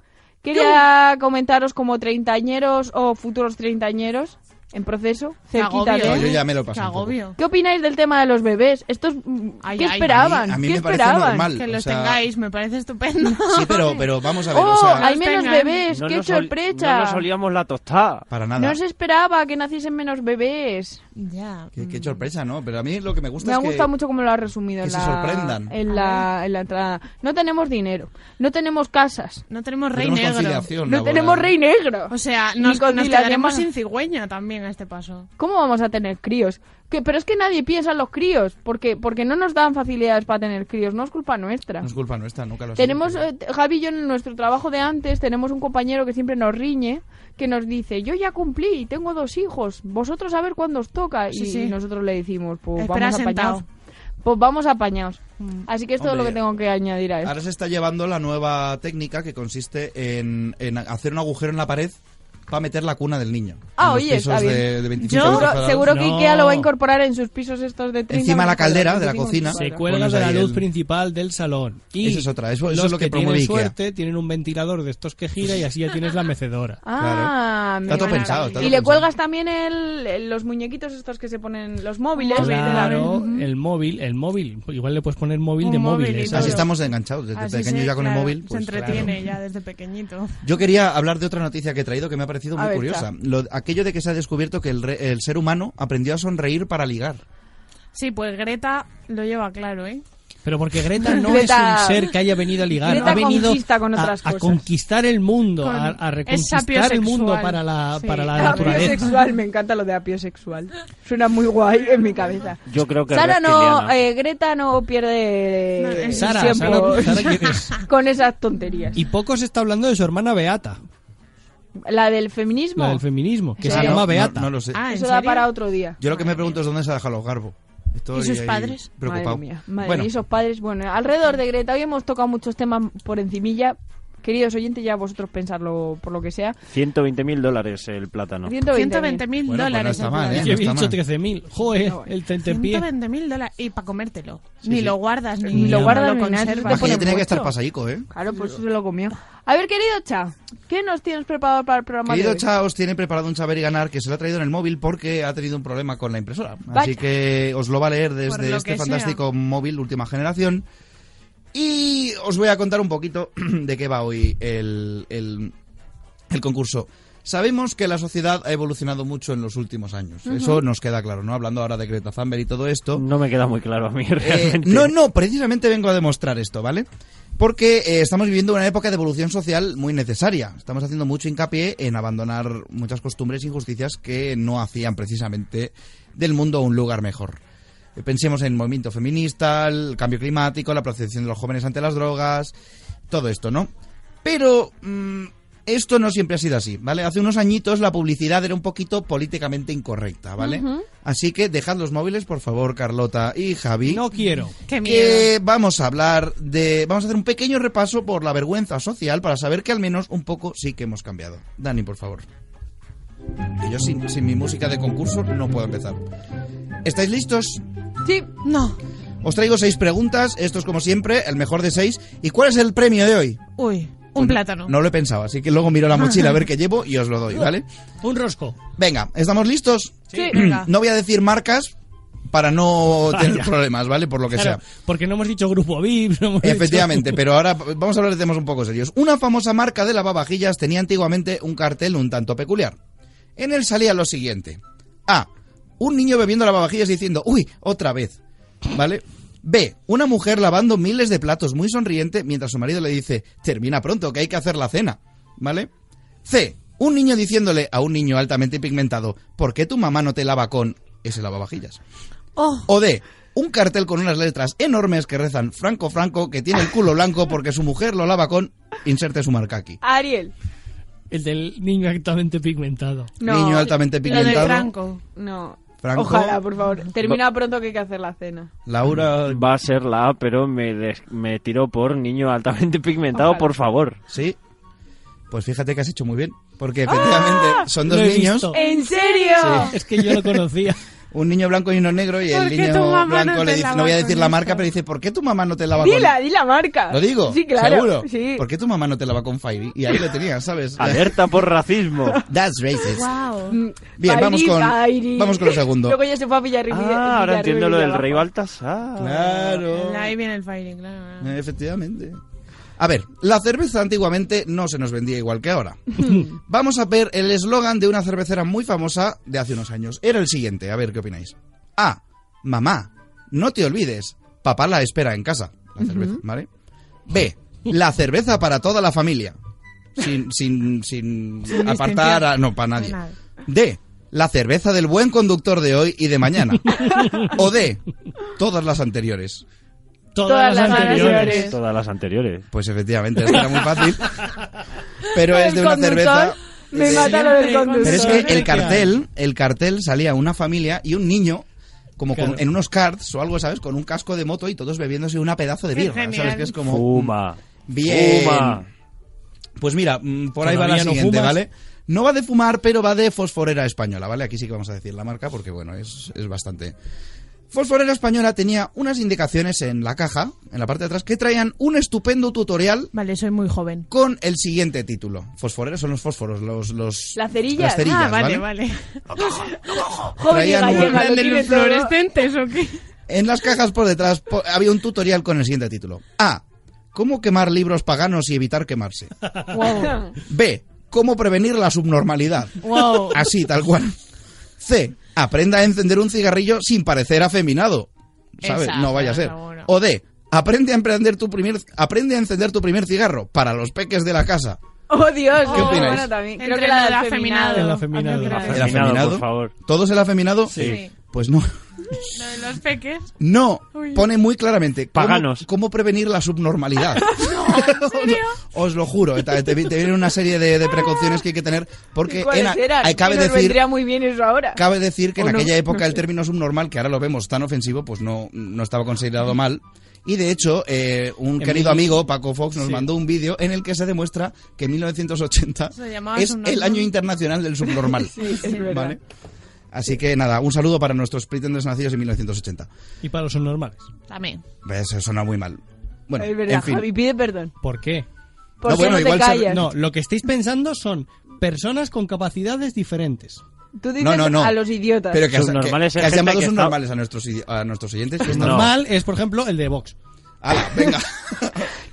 quería comentaros como treintañeros o futuros treintañeros en proceso,
Qué
cerquita
agobio,
No,
de...
yo
¿eh?
ya me lo pasé
Qué
un poco.
agobio.
¿Qué opináis del tema de los bebés? Estos, mm,
Ay,
¿Qué
ay,
a
esperaban?
mí- a mí
¿Qué
me parece
esperaban?
normal.
Que
O
los
sea-
tengáis, me parece estupendo.
Sí, pero, pero vamos a ver,
¡Oh!
o sea,
hay menos
Tengan.
bebés.
No
¡Qué
nos ol- No nos
sorpresa!
olíamos la tostada.
para
No
nada.
se esperaba que naciesen menos bebés.
Ya.
Qué,
Mm.
qué sorpresa, ¿no? Pero a mí lo que me gusta
Me ha
es que...
gustado mucho como lo has resumido
que
en
se
la,
sorprendan.
En, la, en la entrada. No tenemos dinero, no tenemos casas,
No tenemos
no
rey
tenemos
negro.
conciliación
no
laboral.
tenemos rey negro.
O sea,
Ni
nos,
con
nos
ni la
quedaremos
llamada.
sin cigüeña también a este paso.
¿Cómo vamos a tener críos? Que, pero es que nadie piensa en los críos, porque, porque no nos dan facilidades para tener críos, no es culpa nuestra.
No es culpa nuestra, nunca lo ha sido,
Tenemos,
pero-
eh, Javi y yo en nuestro trabajo de antes, tenemos un compañero que siempre nos riñe, que nos dice, yo ya cumplí, tengo dos hijos, vosotros a ver cuándo os toca.
Sí,
y
sí.
nosotros le decimos, pues
Espera
vamos apañados.
sentado.
Pues vamos apañados. Así que esto es
Hombre,
lo que tengo que añadir a esto.
Ahora se está llevando la nueva técnica que consiste en, en hacer un agujero en la pared para meter la cuna del niño.
Ah,
En los
oye,
pisos
está bien.
De, de 25
Yo-
metros
Seguro,
cuadrados.
seguro que
No.
Ikea lo va a incorporar en sus pisos estos de 30
Encima la
metros
caldera
cuadrados,
de la
25
cocina.
metros
Se
Bueno,
cuadrados.
cuelga
pues
de la
ahí
luz
el-
principal del salón. Y
Esa es otra, eso- eso
los
es lo que promueve
tienen
Ikea.
suerte tienen un ventilador de estos que gira y así ya tienes la mecedora.
Ah,
Claro.
me
Está todo
encanta.
pensado, está todo
y le
pensado.
cuelgas también el, el- los muñequitos estos que se ponen, los móviles. de la-
Claro, el móvil, el móvil, igual le puedes poner móvil
Un
de
móvil y
móviles.
todo.
Así estamos enganchados, desde
Así
pequeño
se-
ya con
claro,
el móvil. pues,
se entretiene
claro.
ya desde pequeñito.
Yo quería hablar de otra noticia que he traído que me ha parecido
A
muy
ver,
curiosa. Lo- aquello de que se ha descubierto que el, re- el ser humano aprendió a sonreír para ligar.
Sí, pues Greta lo lleva claro, ¿eh?
Pero porque Greta no
Greta-
es un ser que haya venido a ligar,
Greta
ha venido
conquista con
a-
otras
a,
cosas.
conquistar el mundo,
Con-
a, a
es
reconquistar el
apiosexual.
mundo para la,
Sí.
para la naturaleza.
Apiosexual, me encanta lo de apiosexual. Suena muy guy en mi cabeza.
Yo creo que
Sara no,
reptiliana.
eh, Greta no pierde
No,
eh,
es-
Sara,
tiempo
Sara, Sara, ¿quién es?
con esas tonterías.
Y poco se está hablando de su hermana Beata,
La del feminismo,
la del feminismo, que
Sí.
se
Ah,
llama
no,
Beata.
no lo sé.
Ah, ¿en
eso da
serio?
para otro día.
Yo lo que me pregunto es dónde se ha dejado los garbo. Estoy
¿Y sus
ahí
padres?
Preocupado.
Madre mía, madre
bueno,
mía, esos padres. Bueno, alrededor de Greta, hoy hemos tocado muchos temas por encimilla. Queridos oyentes, ya vosotros pensarlo por lo que sea.
120 mil dólares el plátano.
120.000
Bueno, pues no dólares está el mal, plan.
Yo
¿eh? No
he
está
dicho
mal.
13.000. Joder, el tentempié.
120.000 dólares. Y para comértelo.
Sí,
ni
sí.
lo guardas, ni,
Ni lo
guardas, ni
lo
nada,
conservas.
te ponen
tenía que
puesto.
estar pasaico, ¿eh?
Claro, por eso se lo comió. A ver, querido Cha, ¿qué nos tienes preparado para el programa
Querido
de hoy?
Cha, os tiene preparado un saber y ganar que se lo ha traído en el móvil porque ha tenido un problema con la impresora.
Vaya.
Así que os lo va a leer
Por
desde
lo
este
que sea.
fantástico móvil última generación. Y os voy a contar un poquito de qué va hoy el, el- el concurso. Sabemos que la sociedad ha evolucionado mucho en los últimos años.
Ujú.
Eso nos queda claro, ¿no? Hablando ahora de Greta Thunberg y todo esto.
No me queda muy claro a mí
Eh,
realmente.
no, no, precisamente vengo a demostrar esto, ¿vale? Porque eh, estamos viviendo una época de evolución social muy necesaria. Estamos haciendo mucho hincapié en abandonar muchas costumbres e injusticias que no hacían precisamente del mundo un lugar mejor. Eh, Pensemos en el movimiento feminista, el cambio climático, la protección de los jóvenes ante las drogas, todo esto, ¿no? Pero mm, esto no siempre ha sido así, ¿vale? Hace unos añitos la publicidad era un poquito políticamente incorrecta, ¿vale?
Ujú.
Así que dejad los móviles, por favor, Carlota y Javi. No
quiero.
Qué
Que
miedo.
vamos a hablar de. Vamos a hacer un pequeño repaso por la vergüenza social para saber que al menos un poco sí que hemos cambiado. Dani, por favor. Que yo sin, sin mi música de concurso no puedo empezar. ¿Estáis listos?
Sí,
no.
Os traigo seis preguntas. Esto es como siempre, el mejor de seis. ¿Y cuál es el premio de hoy?
Uy, un plátano.
No lo he pensado, así que luego miro la mochila a ver qué llevo y os lo doy, ¿vale?
Un rosco.
Venga, ¿estamos listos?
Sí. Venga.
No voy a decir marcas para no
Vaya.
tener problemas, ¿vale? Por lo que sea.
Claro, porque no hemos dicho grupo VIP. no hemos dicho-
Efectivamente, pero ahora vamos a hablar de temas un poco serios. Una famosa marca de lavavajillas tenía antiguamente un cartel un tanto peculiar. En él salía lo siguiente. A. Un niño bebiendo lavavajillas diciendo, uy, otra vez. ¿Vale? B. Una mujer lavando miles de platos muy sonriente mientras su marido le dice, termina pronto, que hay que hacer la cena. ¿Vale? C. Un niño diciéndole a un niño altamente pigmentado, ¿por qué tu mamá no te lava con ese lavavajillas?
Oh,
O D. Un cartel con unas letras enormes que rezan Franco Franco que tiene el culo blanco porque su mujer lo lava con inserte su marca aquí.
Ariel.
El del niño altamente pigmentado.
No.
Niño altamente
Lo del
pigmentado.
Franco. No.
Franco.
Ojalá, por favor. Termina pronto que hay que hacer la cena.
Laura
va a ser la A, pero me, des- me tiró por niño altamente pigmentado,
Ojalá.
por favor.
Sí. Pues fíjate que has hecho muy bien,
Ah,
porque efectivamente son dos
Lo he
niños.
visto.
¿En serio?
Oh. Sí.
Es que yo lo conocía.
Un niño blanco y uno negro y el
¿Por qué tu
niño
mamá no
blanco
te
le dice,
lava
no voy a
con
decir la
esto?
marca, pero dice, ¿por qué tu mamá no te lava
Dila,
con
di la marca.
Lo digo,
Sí, claro.
seguro.
Sí.
¿Por qué tu mamá no te lava con Fairy? Y ahí lo tenías, ¿sabes?
Alerta por racismo.
That's racist.
wow.
Bien, vamos con,
Airis.
vamos con lo segundo.
Luego ya se fue a Villarri- Villarriba.
Ah, ahora entiendo lo del
Villarriba.
rey Baltasar.
Claro.
Ahí viene el firing, claro.
Eh, Efectivamente. A ver, la cerveza antiguamente no se nos vendía igual que ahora. Vamos a ver el eslogan de una cervecera muy famosa de hace unos años. Era el siguiente, a ver qué opináis. A. Mamá, no te olvides, papá la espera en casa. La cerveza, ¿vale? B. La cerveza para toda la familia. Sin, sin, sin
Sin
apartar a- No, para nadie. D. La cerveza del buen conductor de hoy y de mañana. O D. Todas las anteriores.
Todas, las,
Todas las
anteriores.
anteriores.
Todas las anteriores.
Pues efectivamente, esta era muy fácil. Pero
El
es de una
conductor
cerveza.
Me
es-
mata lo del conductor.
Pero es que eh, el
Siempre
cartel, el cartel salía una familia y un niño como con-
Claro.
en unos cards o algo, ¿sabes? Con un casco de moto y todos bebiéndose una pedazo de
Qué
birra,
genial.
¿sabes? Que es como
Fuma.
bien.
Fuma.
Pues mira, mm, por ahí va la
Todavía no
siguiente,
fumas.
¿vale? No va de fumar, pero va de fosforera española, ¿vale? Aquí sí que vamos a decir la marca porque, bueno, es, es bastante. Fosforera española tenía unas indicaciones en la caja, en la parte de atrás, que traían un estupendo tutorial
Vale, soy muy joven.
con el siguiente título. Fosforeros son los fósforos, los... los
Las cerillas.
Las cerillas,
ah, vale,
¿vale?
vale.
Joven y
Traían un- este.
gallega, lo tiene todo.
fluorescentes o qué?
En las cajas por detrás po- había un tutorial con el siguiente título. A. ¿Cómo quemar libros paganos y evitar quemarse?
Wow.
B. ¿Cómo prevenir la subnormalidad?
wow.
Así, tal cual. C. Aprenda a encender un cigarrillo sin parecer afeminado. ¿Sabes?
Esa,
no vaya a ser.
seguro.
O D. Aprende a, emprender tu primer, aprende a encender tu primer cigarro para los peques de la casa.
Oh, Dios.
¿Qué
no,
opináis?
bueno, también. Creo
Entre
que la
lo
del
del
El
afeminado.
afeminado.
afeminado.
Afeminado.
¿El afeminado?
por favor.
¿Todos el afeminado?
Sí.
Pues no.
Lo de los peques.
No,
Uy.
pone muy claramente cómo,
Paganos.
cómo prevenir la subnormalidad.
¿En serio?
Os lo juro, eh, te, te vi- te vienen una serie de, de precauciones que hay que tener porque
¿Y cuáles
en-
eran?
eh, cabe,
Que nos
decir,
vendría muy bien eso ahora.
cabe decir que
¿O
en
no?
aquella época
No
el
sé.
término subnormal, que ahora lo vemos tan ofensivo, pues no, no estaba considerado mal. Y de hecho, eh, un
En
querido
mil-
amigo, Paco Fox, nos
Sí.
mandó un vídeo en el que se demuestra que 1980
Se llamaba
es
subnormal.
el año internacional del subnormal.
Sí, es verdad.
¿Vale? Así que nada, un saludo para nuestros pretenders nacidos en 1980.
Y para los normales.
También.
Pues Eso suena muy mal. Bueno,
es verdad,
en fin.
Javi pide perdón.
¿Por qué?
¿Por No, qué bueno, no te igual se- callas?
No, lo que estáis pensando son personas con capacidades diferentes.
Tú dices
No, no, no.
a los idiotas.
Pero que has,
Subnormales
que- que
es
has
gente
llamado
que está-
subnormales a nuestros, idi- a nuestros oyentes. que están-
Normal es, por ejemplo, el de Vox.
Ala, venga.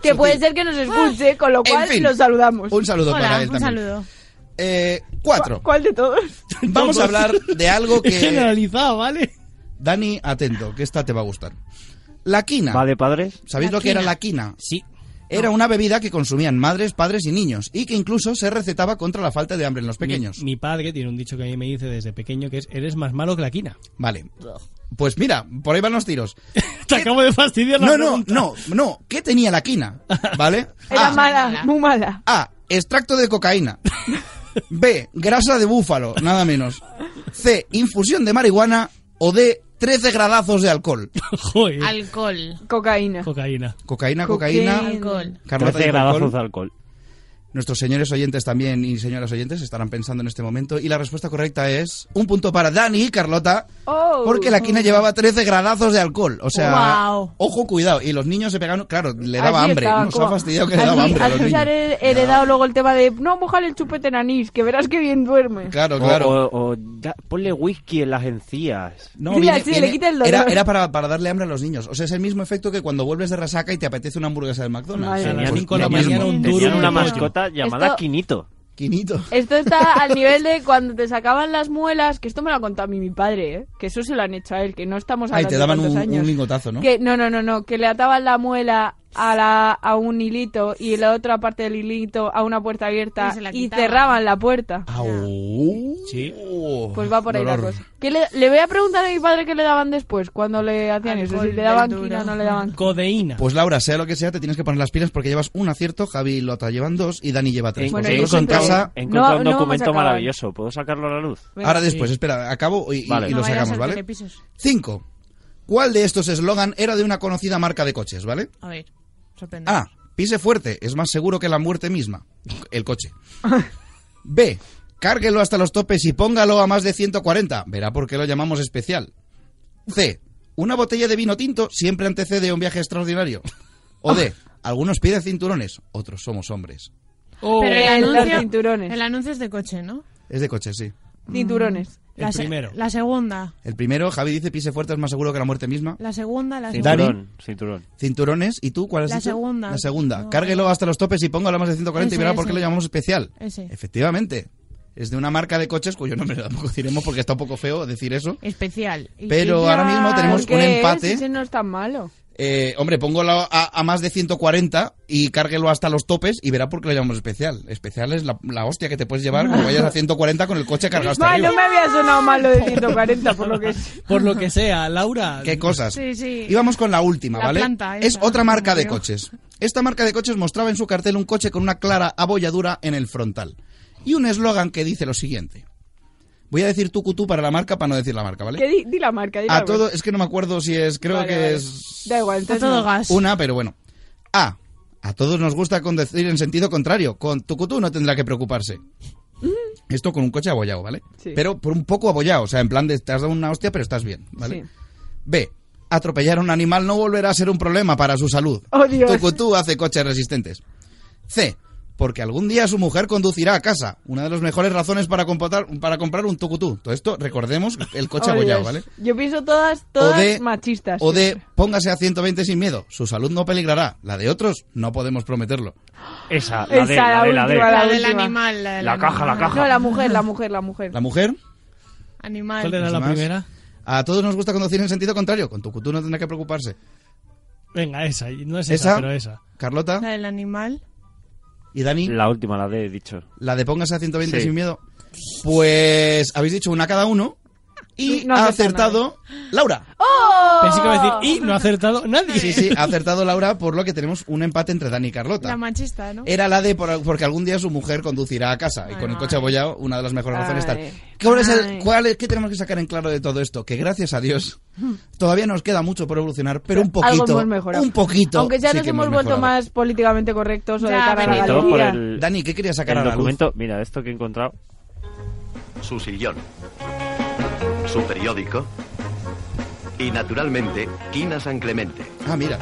que puede ser que nos escuche, con lo
En
cual
fin.
los saludamos.
Un saludo para
Hola,
él
un
también.
saludo.
Eh, cuatro.
¿Cuál de todos?
Vamos a hablar de algo que...
Generalizado, ¿vale?
Dani, atento, que esta te va a gustar. La quina.
¿Va de padres?
¿Sabéis
La
lo que era
quina.
la quina?
Sí.
Era una bebida que consumían madres, padres y niños, y que incluso se recetaba contra la falta de hambre en los pequeños.
Mi, mi padre tiene un dicho que a mí me dice desde pequeño que es eres más malo que la quina.
Vale. Pues mira, por ahí van los tiros.
Te acabo de fastidiar la
No, no,
pregunta.
no, no. ¿Qué tenía la quina? ¿Vale?
Era
Ah,
mala, muy mala.
A. Extracto de cocaína. B. Grasa de búfalo, nada menos. C. Infusión de marihuana. O D. 13 gradazos de alcohol.
Joder,
Alcohol.
Cocaína.
cocaína.
Cocaína, cocaína.
Cocaína.
Alcohol.
Carlota
13
de
gradazos de
alcohol.
alcohol.
Nuestros señores oyentes también y señoras oyentes estarán pensando en este momento. Y la respuesta correcta es un punto para Dani y Carlota.
Oh.
Porque la quina llevaba 13 gradazos de alcohol. O sea,
Guau.
ojo, cuidado. Y los niños se pegaron. Claro, le daba
Así
hambre.
estaban,
Nos
como-
ha fastidiado que le
Así-
daba hambre a los
así os
niños.
haré heredado luego el tema de no mojar el chupete en anís, que verás que bien duerme.
Claro, claro. Eh,
O, o- o ya- ponle whisky en las encías.
No,
Mira, sí, le quita el dolor.
Era, era para, para darle hambre a los niños. O sea, es el mismo efecto que cuando vuelves de resaca y te apetece una hamburguesa del McDonald's.
Madre
O sea,
A las
pues,
cinco de la
lo mismo.
mañana un duro.
Tenían una
un pollo.
mascota llamada
Esto-
Quinito.
Quinito.
Esto está al nivel de cuando te sacaban las muelas, que esto me lo ha contado a mí mi padre, ¿eh? que eso se lo han hecho a él, que no estamos
Ay,
hablando
te daban
de
un,
cuántos
un
años.
lingotazo, ¿no?
Que, no, no, no, no, que le ataban la muela a, la, a un hilito y la otra parte del hilito a una puerta abierta
Y se la
y,
quitaban.
cerraban la puerta.
Au.
Sí.
Pues va por ahí la
Ah, Dolor.
cosa. Que le, le voy a preguntar a mi padre qué le daban después, cuando le hacían eso,
Alcohol,
si le daban
verdura.
quina o no le daban quina.
Codeína.
Pues Laura, sea lo que sea, te tienes que poner las pilas porque llevas un acierto, Javi y Lota llevan dos y Dani lleva tres.
Bueno,
Pues
Vosotros
yo
en
siempre-
casa.
He
No,
encontrado
no
un
vamos a
documento
acabar.
maravilloso. ¿Puedo sacarlo a la luz?
Venga.
Ahora después, espera, acabo y, y-
Vale.
y
No
lo
vayas a
sacamos,
ser que
¿vale?
le pises.
Cinco. ¿Cuál de estos eslogan era de una conocida marca de coches, ¿vale?
A ver, sorprende.
A. Pise fuerte, es más seguro que la muerte misma. El coche. B. Cárguelo hasta los topes y póngalo a más de 140. Verá por qué lo llamamos especial. C. Una botella de vino tinto siempre antecede a un viaje extraordinario. O D. Algunos piden cinturones, otros somos hombres.
Pero
Eh,
el
los
anuncio,
cinturones.
el anuncio es de coche, ¿no? Mm.
Es de coches, sí.
Cinturones.
El
la se-
primero.
La segunda.
El primero, Javi dice pise fuerte es más seguro que la muerte misma.
La segunda, la segunda.
Dani.
Cinturón, cinturón.
Cinturones, ¿y tú cuál es?
La segunda.
La segunda.
No.
Cárguelo hasta los topes y póngalo a más de 140 y
Ese,
verá por qué
ese.
lo llamamos especial.
Ese.
Efectivamente. Es de una marca de coches cuyo nombre tampoco diremos porque está un poco feo decir eso.
Especial. Y-
Pero ahora mismo tenemos
¿Por
un
qué?
empate.
Ese no es tan malo.
Eh, hombre, póngalo a, a más de 140 y cárguelo hasta los topes y verá por qué lo llamamos especial. Especial es la, la hostia que te puedes llevar cuando vayas a 140 con el coche cargado hasta
Vale,
arriba.
no me había sonado malo de 140, por lo que es.
Por lo que sea, Laura.
Qué cosas.
Sí, sí.
Y vamos con la última,
La
¿vale?
planta
es
esa,
otra marca de
creo.
coches. Esta marca de coches mostraba en su cartel un coche con una clara abolladura en el frontal. Y un eslogan que dice lo siguiente. Voy a decir tucutú para la marca para no decir la marca, ¿vale?
¿Qué di, di la marca, di la
A
marca.
todo, es que no me acuerdo si es, creo
Vale,
que
vale.
es
Da igual,
A
entonces
todo
no.
gas.
una, pero bueno. A. A todos nos gusta con decir en sentido contrario. Con tucutú no tendrá que preocuparse.
Mm.
Esto con un coche abollado, ¿vale?
Sí.
Pero por un poco abollado, o sea, en plan de te has dado una hostia, pero estás bien, ¿vale?
Sí.
B. Atropellar a un animal no volverá a ser un problema para su salud.
Oh, Dios.
Tucutú hace coches resistentes. C. Porque algún día su mujer conducirá a casa. Una de las mejores razones para, compotar- para comprar un tucutú. Todo esto, recordemos, el coche
Oh,
abollado,
Dios.
¿vale?
Yo pienso todas,
O
todas
de,
machistas.
o de
siempre.
póngase a 120 sin miedo. Su salud no peligrará. La de otros no podemos prometerlo.
Esa, la de,
Esa,
la de, la
la
de.
La,
última, la
del
última.
animal. La, del
La caja, la
animal.
caja.
No, la mujer, la mujer, la mujer.
La mujer,
Animal.
¿Cuál era la
más?
primera?
a todos nos gusta conducir en sentido contrario. Con tucutú no tendrá que preocuparse.
Venga, esa. y No es esa,
Esa,
pero esa.
La
Carlota
del animal.
y Dani.
La última, la de, he dicho.
La de póngase a 120
Sí.
sin miedo. Pues habéis dicho una cada uno. Y
No
ha
acertar
acertado Laura.
¡Oh!
Pensé que iba a decir, y no ha acertado nadie.
Sí, sí, ha acertado Laura, por lo que tenemos un empate entre Dani y Carlota.
La machista, ¿no?
Era la de por- porque algún día su mujer conducirá a casa y con el coche abollado, una de las mejores razones tal.
Ay.
¿Cuál es el-
Ay.
cuál es- ¿Qué tenemos que sacar en claro de todo esto? Que gracias a Dios todavía nos queda mucho por evolucionar, pero un poquito.
Algo hemos mejorado.
Un poquito.
Aunque ya
sí
nos
que
hemos, vuelto
mejorado.
más políticamente correctos o de
Ya,
cara a la
Sobre todo por
galería.
el,
Dani, ¿qué querías sacar
el
a la luz?
documento. Mira, esto que he encontrado.
su sillón, su periódico y, naturalmente, Quina San Clemente.
Ah, mira.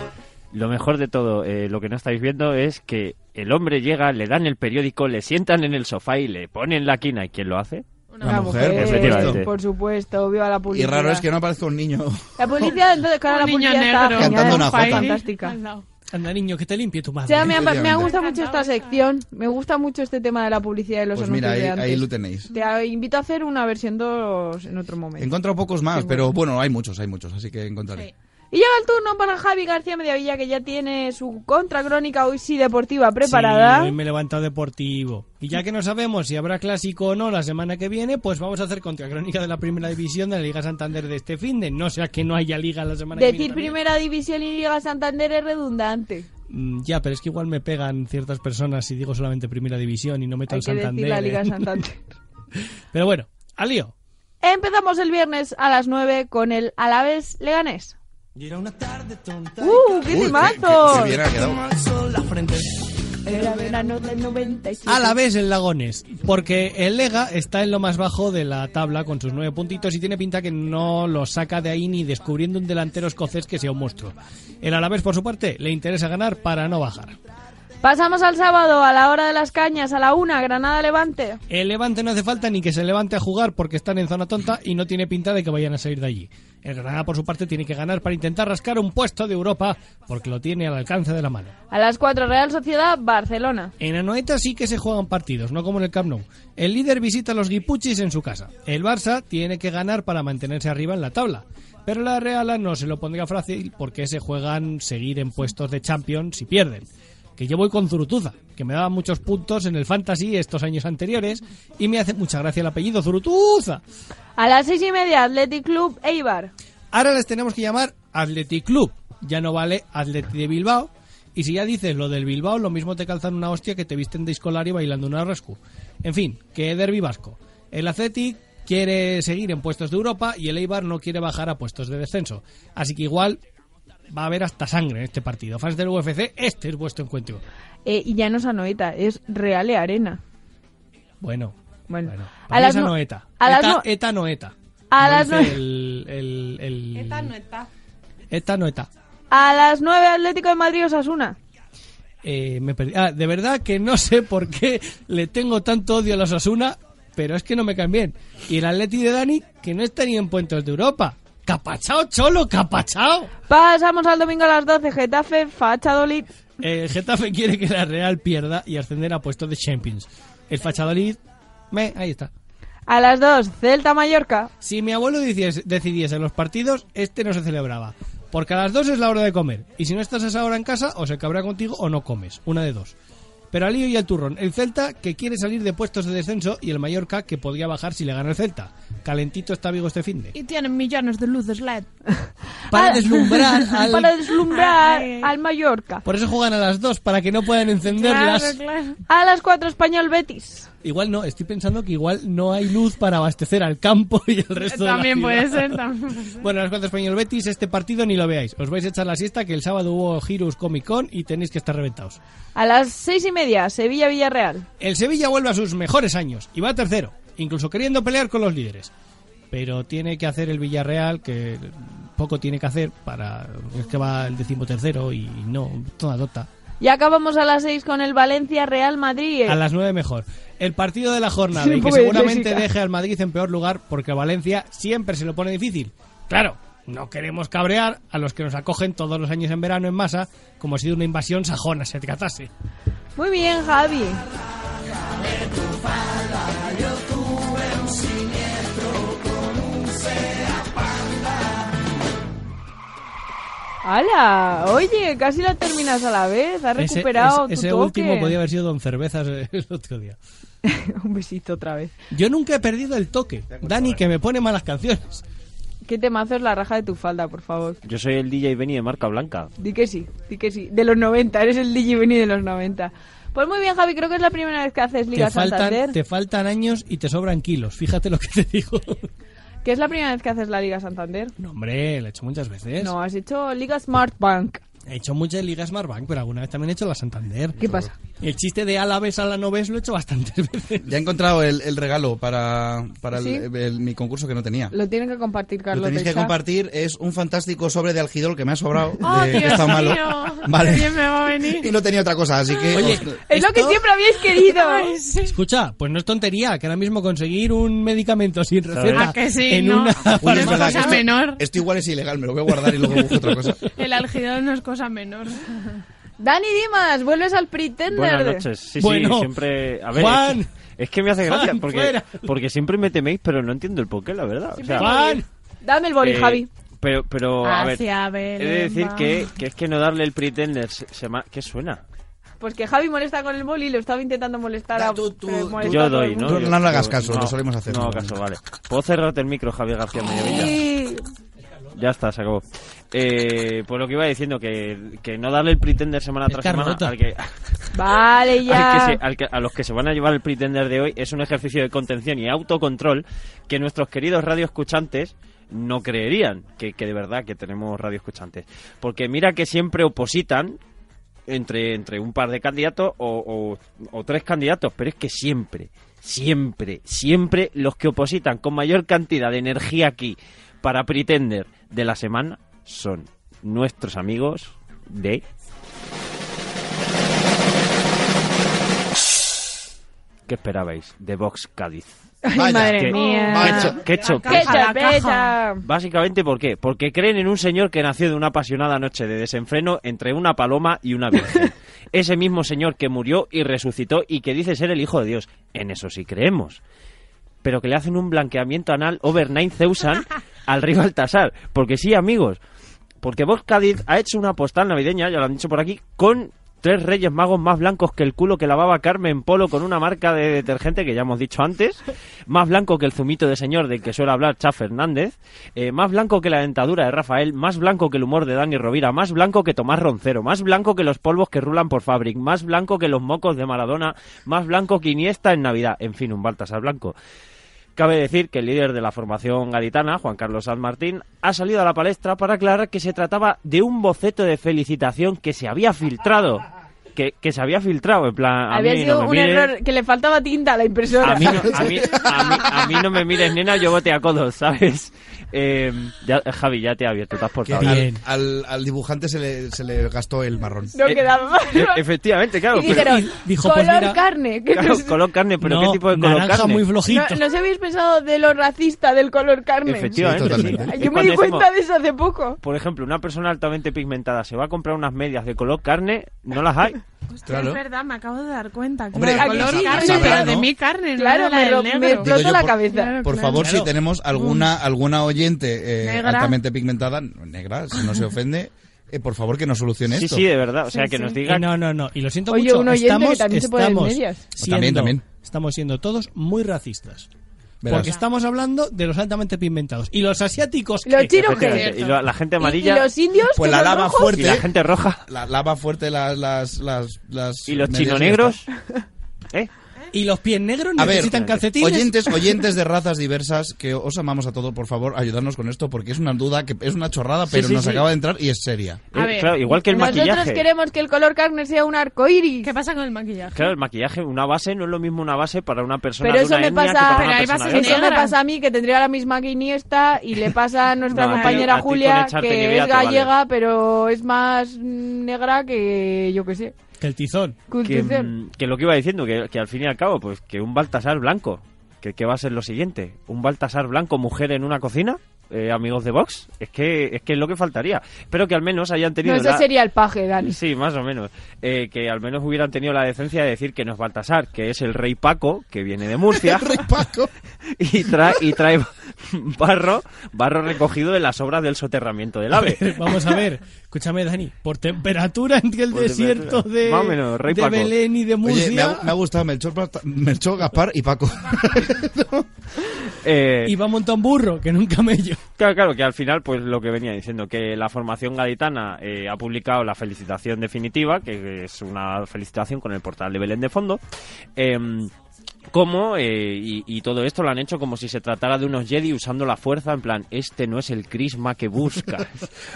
Lo mejor de todo, eh, lo que no estáis viendo es que el hombre llega, le dan el periódico, le sientan en el sofá y le ponen la quina. ¿Y quién lo hace?
Una La mujer, mujer,
efectivamente.
Por supuesto, viva la
Y
publicidad.
raro es que no aparezca un niño.
La publicidad, entonces, claro, la
Un niño
publicidad está
negro.
genial,
Cantando una
es
jota.
fantástica.
Anda, niño, que te limpie tu madre.
O sea, me ha, me ha
Efectivamente.
gustado mucho esta sección. Me gusta mucho este tema de la publicidad y los
Pues
anuncios
mira, ahí-
de antes.
ahí lo tenéis.
Te invito a hacer una versión 2 en otro
He
momento.
encontrado pocos más,
Sí,
pero bueno, hay muchos, hay muchos, así que encontraré.
Y llega el turno para Javi García Mediavilla, que ya tiene su contracrónica hoy sí deportiva preparada.
Sí, hoy me he levantado deportivo. Y ya que no sabemos si habrá clásico o no la semana que viene, pues vamos a hacer contracrónica de la primera división de la Liga Santander de este fin de. No sea que no haya liga la semana que
Decir
viene. también.
primera división y Liga Santander es redundante.
Mm, Ya, pero es que igual me pegan ciertas personas si digo solamente primera división y no meto
Hay
el
que decir
Santander.
la Liga
¿eh?
Santander.
Pero bueno, al lío.
Empezamos el viernes a las 9 con el Alavés Leganés. ¡Uh, qué
Uy,
timazo!
qué- qué bien ha quedado.
Era verano del 97.
A la vez en Lagones, porque el Lega está en lo más bajo de la tabla con sus nueve puntitos y tiene pinta que no lo saca de ahí ni descubriendo un delantero escocés que sea un monstruo. El Alavés, por su parte, le interesa ganar para no bajar.
Pasamos al sábado a la hora de las cañas, a la una, Granada Levante.
El Levante no hace falta ni que se levante a jugar porque están en zona tonta y no tiene pinta de que vayan a salir de allí. El Granada, por su parte, tiene que ganar para intentar rascar un puesto de Europa porque lo tiene al alcance de la mano.
A las 4, Real Sociedad, Barcelona.
En Anoeta sí que se juegan partidos, no como en el Camp Nou. El líder visita a los guipuchis en su casa. El Barça tiene que ganar para mantenerse arriba en la tabla. Pero la Real no se lo pondría fácil porque se juegan seguir en puestos de Champions si pierden. Que yo voy con Zurutuza, que me daba muchos puntos en el Fantasy estos años anteriores y me hace mucha gracia el apellido Zurutuza.
A las seis y media, Athletic Club, Eibar.
Ahora les tenemos que llamar Athletic Club. Ya no vale Athletic de Bilbao. Y si ya dices lo del Bilbao, lo mismo te calzan una hostia que te visten de escolar y bailando una rascu. En fin, que derbi vasco. El Athletic quiere seguir en puestos de Europa y el Eibar no quiere bajar a puestos de descenso. Así que igual va a haber hasta sangre en este partido. Fans del UFC, este es vuestro encuentro.
Eh, y ya no es Anoeta, es Real e Arena.
Bueno,
Bueno,
para
a
mí
las
esa
no-
no ETA.
a las
ETA,
no-
ETA no ETA.
A
Como
las
dice
no-
el- el- el-
Esta no está.
ETA no ETA.
A las 9, Atlético de Madrid, Osasuna.
Eh, me perdí. Ah, de verdad que no sé por qué le tengo tanto odio a los Asuna, pero es que no me caen bien. Y el Atleti de Dani, que no está ni en puentos de Europa. Capachao, cholo, capachao.
Pasamos al domingo a las 12, Getafe, Fachadolid.
Eh, El Getafe quiere que la Real pierda y ascender a puestos de Champions. El Fachadolid, me, ahí está.
A las 2, Celta Mallorca.
Si mi abuelo decidiese, decidiese los partidos, este no se celebraba. Porque a las 2 es la hora de comer. Y si no estás a esa hora en casa, o se cabrea contigo o no comes. Una de dos. Pero al lío y al turrón. El Celta, que quiere salir de puestos de descenso, y el Mallorca, que podría bajar si le gana el Celta. Calentito está Vigo este finde.
Y tienen millones de luces LED.
Para
Ah,
deslumbrar al-
Para deslumbrar
Ay.
al Mallorca.
Por eso juegan a las 2, para que no puedan encenderlas.
A las 4, Español Betis.
Igual no, estoy pensando que igual no hay luz para abastecer al campo y el resto de la
También puede
ciudad.
ser, también puede ser.
Bueno, a las cuatro español Betis, este partido ni lo veáis. Os vais a echar la siesta que el sábado hubo Girus Comic Con y tenéis que estar reventados.
A las 6 y media, Sevilla-Villarreal.
El Sevilla vuelve a sus mejores años y va tercero, incluso queriendo pelear con los líderes. Pero tiene que hacer el Villarreal, que poco tiene que hacer para. Es que va el decimotercero y no, toda dota.
Y acabamos a las 6 con el Valencia-Real Madrid.
A las nueve mejor. El partido de la jornada
Sí,
y que
pobre
seguramente
Pues, Jessica.
deje al Madrid en peor lugar porque a Valencia siempre se lo pone difícil. Claro, no queremos cabrear a los que nos acogen todos los años en verano en masa como si de una invasión sajona se tratase.
Muy bien, Javi. ¡Hala! Oye, casi la terminas a la vez. Has
Ese-
recuperado
ese-
tu
ese
toque.
último podía haber sido Don Cervezas eh, el otro día.
Un besito otra vez.
Yo nunca he perdido el toque. Dani,
¿eh?
que me pone malas canciones.
¿Qué temazo es la raja de tu falda, por favor?
Yo soy el DJ Benny de marca blanca.
Di que sí, di que sí. De los 90, eres el DJ Benny de los 90. Pues muy bien, Javi, creo que es la primera vez que haces Liga
Te faltan,
Santander.
te faltan años y te sobran kilos. Fíjate lo que te digo.
¿Qué es la primera vez que haces la Liga Santander?
Hombre, lo he hecho muchas veces.
No, has hecho Liga Smart Bank.
He hecho muchas ligas Marbank, pero alguna vez también he hecho la Santander.
¿Qué pasa?
El chiste de a la vez, a la no ves lo he hecho bastantes veces.
Ya he encontrado el, el regalo para, para el-
¿Sí?
el- mi concurso que no tenía.
Lo tienen que compartir,
Lo
Carlos.
tenéis que
del chat.
compartir. Es un fantástico sobre de algidol que me ha sobrado.
¡Oh,
de, que
Dios
está malo.
mío!
Vale.
¡Qué bien me va a venir!
Y no tenía otra cosa, así que.
Oye,
Es lo que siempre habéis querido.
Escucha, pues no es tontería que ahora mismo conseguir un medicamento sin receta
Ah,
¿A que sí,
en
no?
una
Uy, es
farmacia-
verdad que esto,
menor.
esto igual es ilegal, me lo voy a guardar y luego busco otra cosa.
El algidón no es cosa menor.
Dani Dimas, vuelves al Pretender.
Buenas noches. Sí, sí, siempre. A ver,
Juan.
es que, es que me hace
Juan,
gracia porque,
fuera.
porque siempre me teméis, pero no entiendo el porqué, la verdad. O sea,
Dame el boli,
eh,
Javi.
Pero, pero a ver,
Hacia
he
Belén
de decir
va.
que, que es que no darle el pretender se, se ma- ¿Qué suena?
Pues que Javi molesta con el boli, lo estaba intentando molestar a... eh, molestar a
Yo
todo
doy,
el
¿no?
mundo.
No,
Yo-
no le hagas
yo-
caso,
no,
lo solemos hacer.
No hago caso, vale. Puedo cerrarte el micro, Javier García Mediavilla?
Sí.
Ya está, se acabó. Eh, pues lo que iba diciendo, que, que no darle el pretender semana tras semana
Carlota.
al que,
Vale,
al que
ya.
ah, se- al que- a los que se van a llevar el pretender de hoy es un ejercicio de contención y autocontrol que nuestros queridos radioescuchantes no creerían que, que de verdad que tenemos radioescuchantes. Porque mira que siempre opositan entre, entre un par de candidatos o, o- o tres candidatos, pero es que siempre, siempre, siempre los que opositan con mayor cantidad de energía aquí para pretender de la semana son nuestros amigos de ¿Qué esperabais? De Vox Cádiz.
Ay, Vaya. madre mía.
Ah.
Ketchup, ketchup,
La caja,
ketchup.
la caja.
Básicamente, ¿por qué? Porque creen en un señor que nació de una apasionada noche de desenfreno entre una paloma y una virgen. Ese mismo señor que murió y resucitó y que dice ser el hijo de Dios. En eso sí creemos. Pero que le hacen un blanqueamiento anal over 9000 al rey Baltasar. Porque sí, amigos. Porque Vox Cádiz ha hecho una postal navideña, ya lo han dicho por aquí, con tres reyes magos más blancos que el culo que lavaba Carmen Polo con una marca de detergente que ya hemos dicho antes, más blanco que el zumito de señor del que suele hablar Cha Fernández, eh, más blanco que la dentadura de Rafael, más blanco que el humor de Dani Rovira, más blanco que Tomás Roncero, más blanco que los polvos que rulan por Fabric, más blanco que los mocos de Maradona, más blanco que Iniesta en Navidad, en fin, un Baltasar blanco. Cabe decir que el líder de la formación gaditana, Juan Carlos San Martín, ha salido a la palestra para aclarar que se trataba de un boceto de felicitación que se había filtrado. Que, que se había filtrado, en plan. A
Había
mí no
sido
me
un
mires,
error, que le faltaba tinta a la impresora.
A mí, no, a, mí, a mí- a mí no me mires, nena, yo bote a codos, ¿sabes? Eh, ya- Javi, ya te ha abierto, te has
Que
portado.
al, al- al dibujante se le, se le gastó el marrón.
No quedaba más.
E- efectivamente, claro.
Y pues
pero-
dijeron, color carne. que
Claro,
no sé-
color carne, pero
No,
¿qué tipo de color
naranja
carne?
muy flojito.
No, no se habéis pensado de lo racista del color carne.
Efectivamente, Sí, totalmente. sí.
Yo
Es
me
cuando
di cuenta
decimos-
de eso hace poco.
Por ejemplo, una persona altamente pigmentada se va a comprar unas medias de color carne, no las hay.
Es verdad, me acabo de dar cuenta.
Hombre,
Claro,
aquí
color
sí,
carne,
sabrá,
pero de
¿no?
mi carne,
Claro,
no de la
me
del
ro-
negro.
me
Digo yo,
la
por-
cabeza.
Claro,
Por
claro.
favor,
Claro.
si tenemos alguna alguna oyente eh,
Negra.
altamente pigmentada, negra, si no se ofende, eh, por favor que nos solucione
Sí,
esto.
sí, de verdad, o sea, Sí, que sí. nos diga-
Eh, no, no, no. Y lo siento
Oye,
mucho.
un oyente que
estamos,
también se puede en
estamos
medias.
siendo-
También, también.
Estamos siendo todos muy racistas.
Verás.
Porque estamos hablando de los altamente pigmentados. Y los asiáticos.
Los
qué?
chinos, ¿qué?
Efectivamente, Y lo- la gente amarilla.
Y los indios,
Pues
que
la
son
lava
rojos,
fuerte.
Y la gente roja.
La lava fuerte las las las, las
¿Y los
medias
chinonegros? ¿Eh?
Y los pies negros
A ver,
necesitan calcetines.
oyentes, oyentes de razas diversas, que os amamos a todos, por favor, ayudarnos con esto, porque es una duda que es una chorrada,
Sí,
pero
sí,
nos
sí.
acaba de entrar y es seria.
A
Eh,
ver,
claro, igual que el
Nosotros
maquillaje.
queremos que el color carne sea un arco iris.
¿Qué pasa con el maquillaje?
Claro, el maquillaje, una base no es lo mismo una base para una persona
Pero
de
eso
una
me
etnia que
pasa,
para una persona de
eso
otra.
me pasa a mí, que tendría la misma que Iniesta, y le pasa a nuestra
No, a ti- a
compañera
ti con
Julia,
echarte ni
que
idea
es
te vale.
gallega, pero es más mm, negra que yo que sé.
Que el tizón.
Que,
Culticer.
mm, que lo que iba diciendo, que, que al fin y al cabo, pues que un Baltasar blanco. Que, que va a ser lo siguiente? ¿Un Baltasar blanco mujer en una cocina? Eh, amigos de Vox, es que es que es lo que faltaría. Pero que al menos hayan
No,
tenido
eso
la-
sería el paje, Dani.
Sí, más o menos. Eh, que al menos hubieran tenido la decencia de decir que no es Baltasar, que es el rey Paco, que viene de Murcia. Y trae, y trae barro, barro recogido de las obras del soterramiento del
A
ave.
ver, vamos a ver. Escúchame, Dani, por temperatura entre el
Por
desierto
temperatura.
de,
Más o menos, Rey
de
Paco.
Belén y de Murcia.
Oye, me ha, me ha gustado Melchor, Pata- Melchor, Gaspar y Paco.
Y va a montar un burro, que nunca me yo.
Claro, claro, que al final, pues lo que venía diciendo, que la formación gaditana eh, ha publicado la felicitación definitiva, que es una felicitación con el portal de Belén de fondo. em, como, eh, y, y todo esto lo han hecho como si se tratara de unos Jedi usando la fuerza, en plan, este no es el crisma que buscas.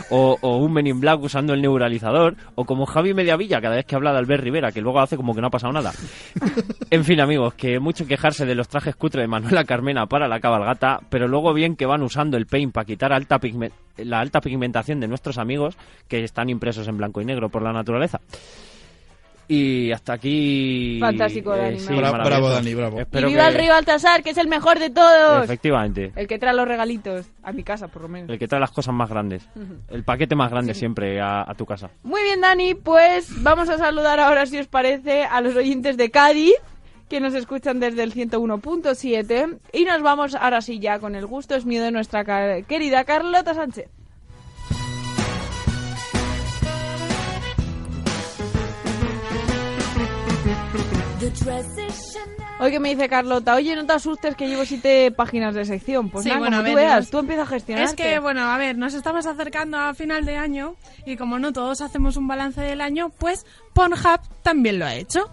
o, o un Men in Black usando el neuralizador. O como Javi Mediavilla, cada vez que habla de Albert Rivera, que luego hace como que no ha pasado nada. En fin, amigos, que mucho quejarse de los trajes cutre de Manuela Carmena para la cabalgata, pero luego bien que van usando el paint para quitar alta pigme- la alta pigmentación de nuestros amigos que están impresos en blanco y negro por la naturaleza. Y hasta aquí. eh,
Fantástico, Dani,
sí,
me
Bra-
ha gustado.
maravilloso.
bravo, Dani, bravo.
Espero
y viva
que-
el río Baltasar, que es el mejor de todos.
Efectivamente.
El que trae los regalitos. A mi casa, por lo menos.
El que trae las cosas más grandes.
Ujú.
El paquete más grande siempre a, a tu casa.
Muy bien, Dani, pues vamos a saludar ahora, si os parece, a los oyentes de Cádiz, que nos escuchan desde el 101.7. Y nos vamos ahora sí ya con el gusto es mío de nuestra ca- querida Carlota Sánchez. Oye, que me dice Carlota, oye, no te asustes que llevo siete páginas de sección. Pues
Sí,
nada,
bueno,
como
a
tú
ver,
veas,
nos-
tú empiezas a gestionar.
Es que, bueno, a ver, nos estamos acercando a final de año y como no todos hacemos un balance del año, pues Pornhub también lo ha hecho.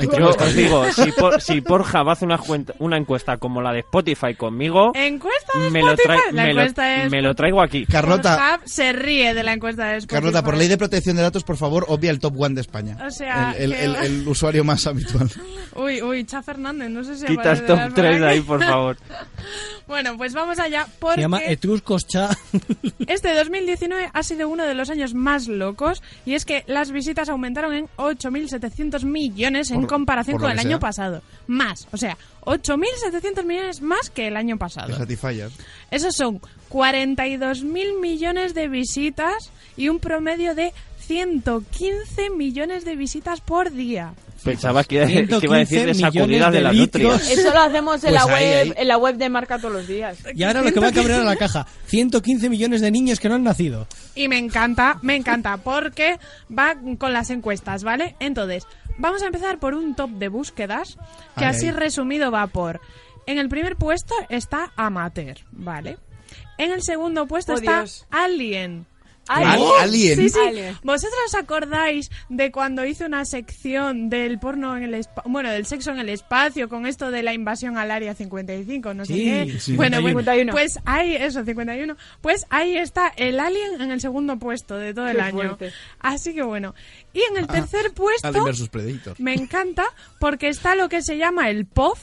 Yo os digo, si, por, si Porja hace una, cuenta- una encuesta como la de Spotify conmigo,
Encuesta de
me lo,
Spotify.
trae-
la
me lo-
encuesta es...
me lo traigo aquí.
Pornhub se ríe de la encuesta de Spotify.
Carlota, por ley de protección de datos, por favor, obvia el top one de España.
O sea,
el, el-
que-
el- el usuario más habitual.
Uy, uy, Cha Fernández, no sé si...
Quitas
aparece
top
las
3 de ahí,
palabras.
por favor.
bueno, pues vamos allá
Se
porque...
llama Etruscos Cha.
Este 2019 ha sido uno de los años más locos y es que las visitas aumentaron en 8.700 millones en
Por-
comparación
por lo
con el
que
año
sea.
pasado. Más, o sea, 8.700 millones más que el año pasado.
Satisfyer.
Esos son 42.000 millones de visitas y un promedio de 115 millones de visitas por día.
Pensaba que, que iba a decir
115
de sacudida
millones
de,
de
la
litros.
nutria.
Eso lo hacemos en,
Pues
la,
ahí,
web,
ahí.
en la web de Marca todos los días.
Y ahora lo que va a cabrear a la caja. 115 millones de niños que no han nacido.
Y me encanta, me encanta, porque va con las encuestas, ¿vale? Entonces, vamos a empezar por un top de búsquedas, que
Ay,
así
ay.
resumido va por... En el primer puesto está Amateur, ¿vale? En el segundo puesto
Oh,
está
Dios.
Alien.
Alien. ¿Oh? Alien.
Sí, sí.
Alien.
¿Vosotros os acordáis de cuando hice una sección del porno en el espa- bueno, del sexo en el espacio con esto de la invasión al área 55, no
Sí,
sé qué?
sí.
Bueno, bueno,
51.
pues ahí eso 51, pues ahí está el alien en el segundo puesto de todo el
Qué
año.
fuerte.
Así que bueno, y en el tercer puesto
Alien Ah, versus Predator.
me encanta porque está lo que se llama el POV,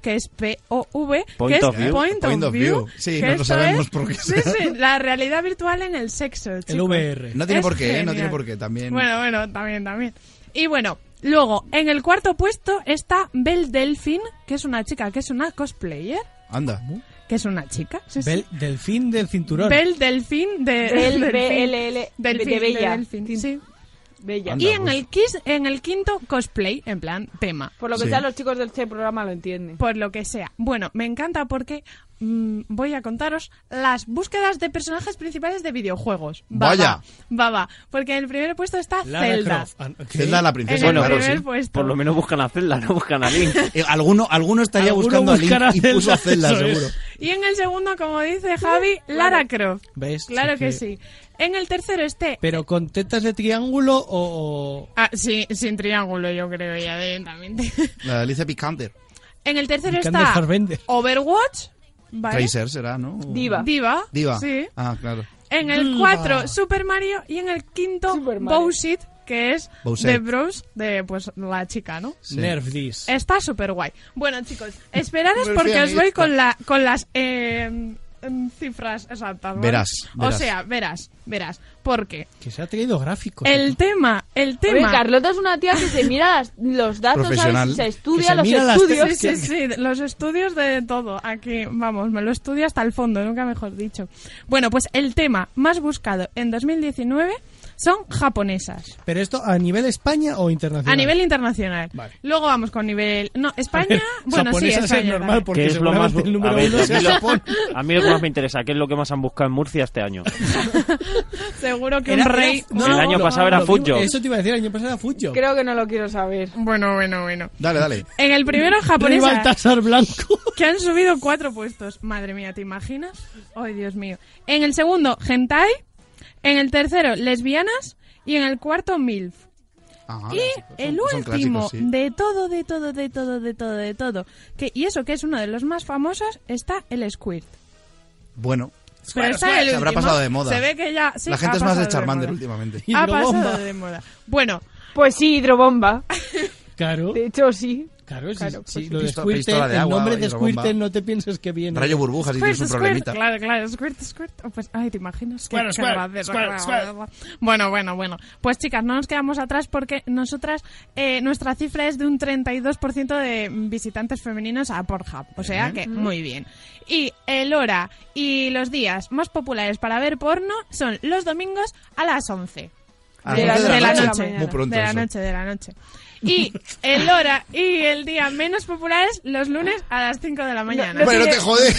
que es P-O-V,
Point
que es
of view.
Point,
Point
of,
of
View.
view. Sí,
que
no lo
esto
sabemos
es-
por qué
Sí,
sea.
sí, la realidad virtual en el sexo. chicos.
VR.
No tiene
Es
por qué, ¿eh? no
genial.
tiene por qué. También.
Bueno, bueno, también, también. Y bueno, luego, en el cuarto puesto está Belle Delfin, que es una chica, que es una cosplayer,
Anda.
que es una chica. Sí, sí.
Del, delfín del cinturón.
Bel Delfín de
Bel,
Delfín.
B-L-L,
Delfín,
de Bella.
Delfín, sí.
Bella.
Y en el, quis- en el quinto, cosplay, en plan, tema.
Por lo que sea, los chicos de este programa lo entienden.
Por lo que sea. Bueno, me encanta porque mm, voy a contaros las búsquedas de personajes principales de videojuegos. Baba.
Vaya.
Baba. Porque en el primer puesto está Zelda.
Ah,
Zelda la princesa,
En el
claro, sí.
primer puesto.
Por lo menos buscan a Zelda, no buscan a Link.
Eh, alguno, alguno estaría buscando a Link
buscará
y puso Zelda,
Zelda, eso es.
seguro.
Y en el segundo, como dice Javi, Lara Croft.
¿Ves?
Claro
Sí
que
que-
sí. En el tercero esté...
Pero con tetas de triángulo o. o-
Ah, sí, sin triángulo, yo creo, ya directamente.
La Alicia Vikander.
En el tercero
Vikander
está
Fassbender.
Overwatch. ¿vale?
Tracer será, ¿no?
Diva. Diva.
Diva.
Sí.
Ah, claro.
En el
Diva.
4, Super Mario. Y en el quinto, Bowsit, que es
Bowsett.
de Bros, de pues la chica, ¿no?
Sí. Nerf this.
Está súper guay. Bueno, chicos, esperaros
Nerfeanista.
porque os voy con, la, con las eh, em, cifras exactas. ¿vale?
Verás,
O
verás.
sea, verás, verás. Porque
Que se ha traído gráficos.
el tema, el tema.
Oye, Carlota es una tía que se mira las- los datos,
Profesional.
¿sabes? se
Que
estudia
se
los
mira las
estudios.
Sí, sí, sí, los estudios de todo. Aquí, vamos, me lo estudio hasta el fondo, nunca mejor dicho. Bueno, pues el tema más buscado en 2019 son japonesas.
¿Pero esto a nivel España o internacional?
A nivel internacional. Luego vamos con nivel... No, España...
ver,
bueno, sí,
japonesas es
España.
normal, pues,
vale.
porque
¿Qué es lo más
seguramente el número
a ver,
uno sea
a mí lo-
Japón.
A mí lo que más me interesa, ¿qué es lo que más han buscado en Murcia este año?
Seguro que
Era-
un rey...
no,
El año pasado era
lo
Fujo.
mismo- Eso te iba a decir, el año pasado era Fujo.
Creo que no lo quiero saber.
Bueno, bueno, bueno.
Dale, dale.
En el primero
Rey
japonesa,
Baltasar Blanco.
que han subido cuatro puestos. Madre mía, ¿te imaginas? Ay, Dios mío. En el segundo, hentai. En el tercero, lesbianas. Y en el cuarto, milf.
Ajá. pues,
y el
Ah, son
último,
clásicos, sí.
de todo, de todo, de todo, de todo, de todo. Que, y eso que es uno de los más famosos, está el squirt.
Bueno.
Pero está el
Se habrá
último.
pasado de moda.
Se ve que ya- sí,
La gente
ha
es más de
pasado de
Charmander
moda.
últimamente.
Ha pasado de moda. Bueno.
Pues sí, hidrobomba.
Claro.
De hecho, sí.
Claro, sí,
Claro,
sí,
pues
lo de
Pisto-
Squirtle,
pistola de
el
agua,
nombre de
hidrobomba.
Squirtle no te pienses que viene.
Rayo burbujas y
Squirt,
tienes un
squirt,
problemita.
Pues, Claro, claro, squirt, squirt. Oh, Pues, ay, te imaginas qué
Squirt, squirt,
chavales.
squirt,
Bueno, bueno, bueno. Pues chicas, no nos quedamos atrás porque nosotras, eh, nuestra cifra es de un 32% de visitantes femeninos a Pornhub. O sea
Bien.
que
Mm.
muy bien. Y el hora y los días más populares para ver porno son los domingos a las 11.
A las 11 de la noche. Muy pronto
de la
eso.
noche, de la noche. Y el hora y el día menos populares los lunes a las 5 de la mañana.
Hombre, no te jode.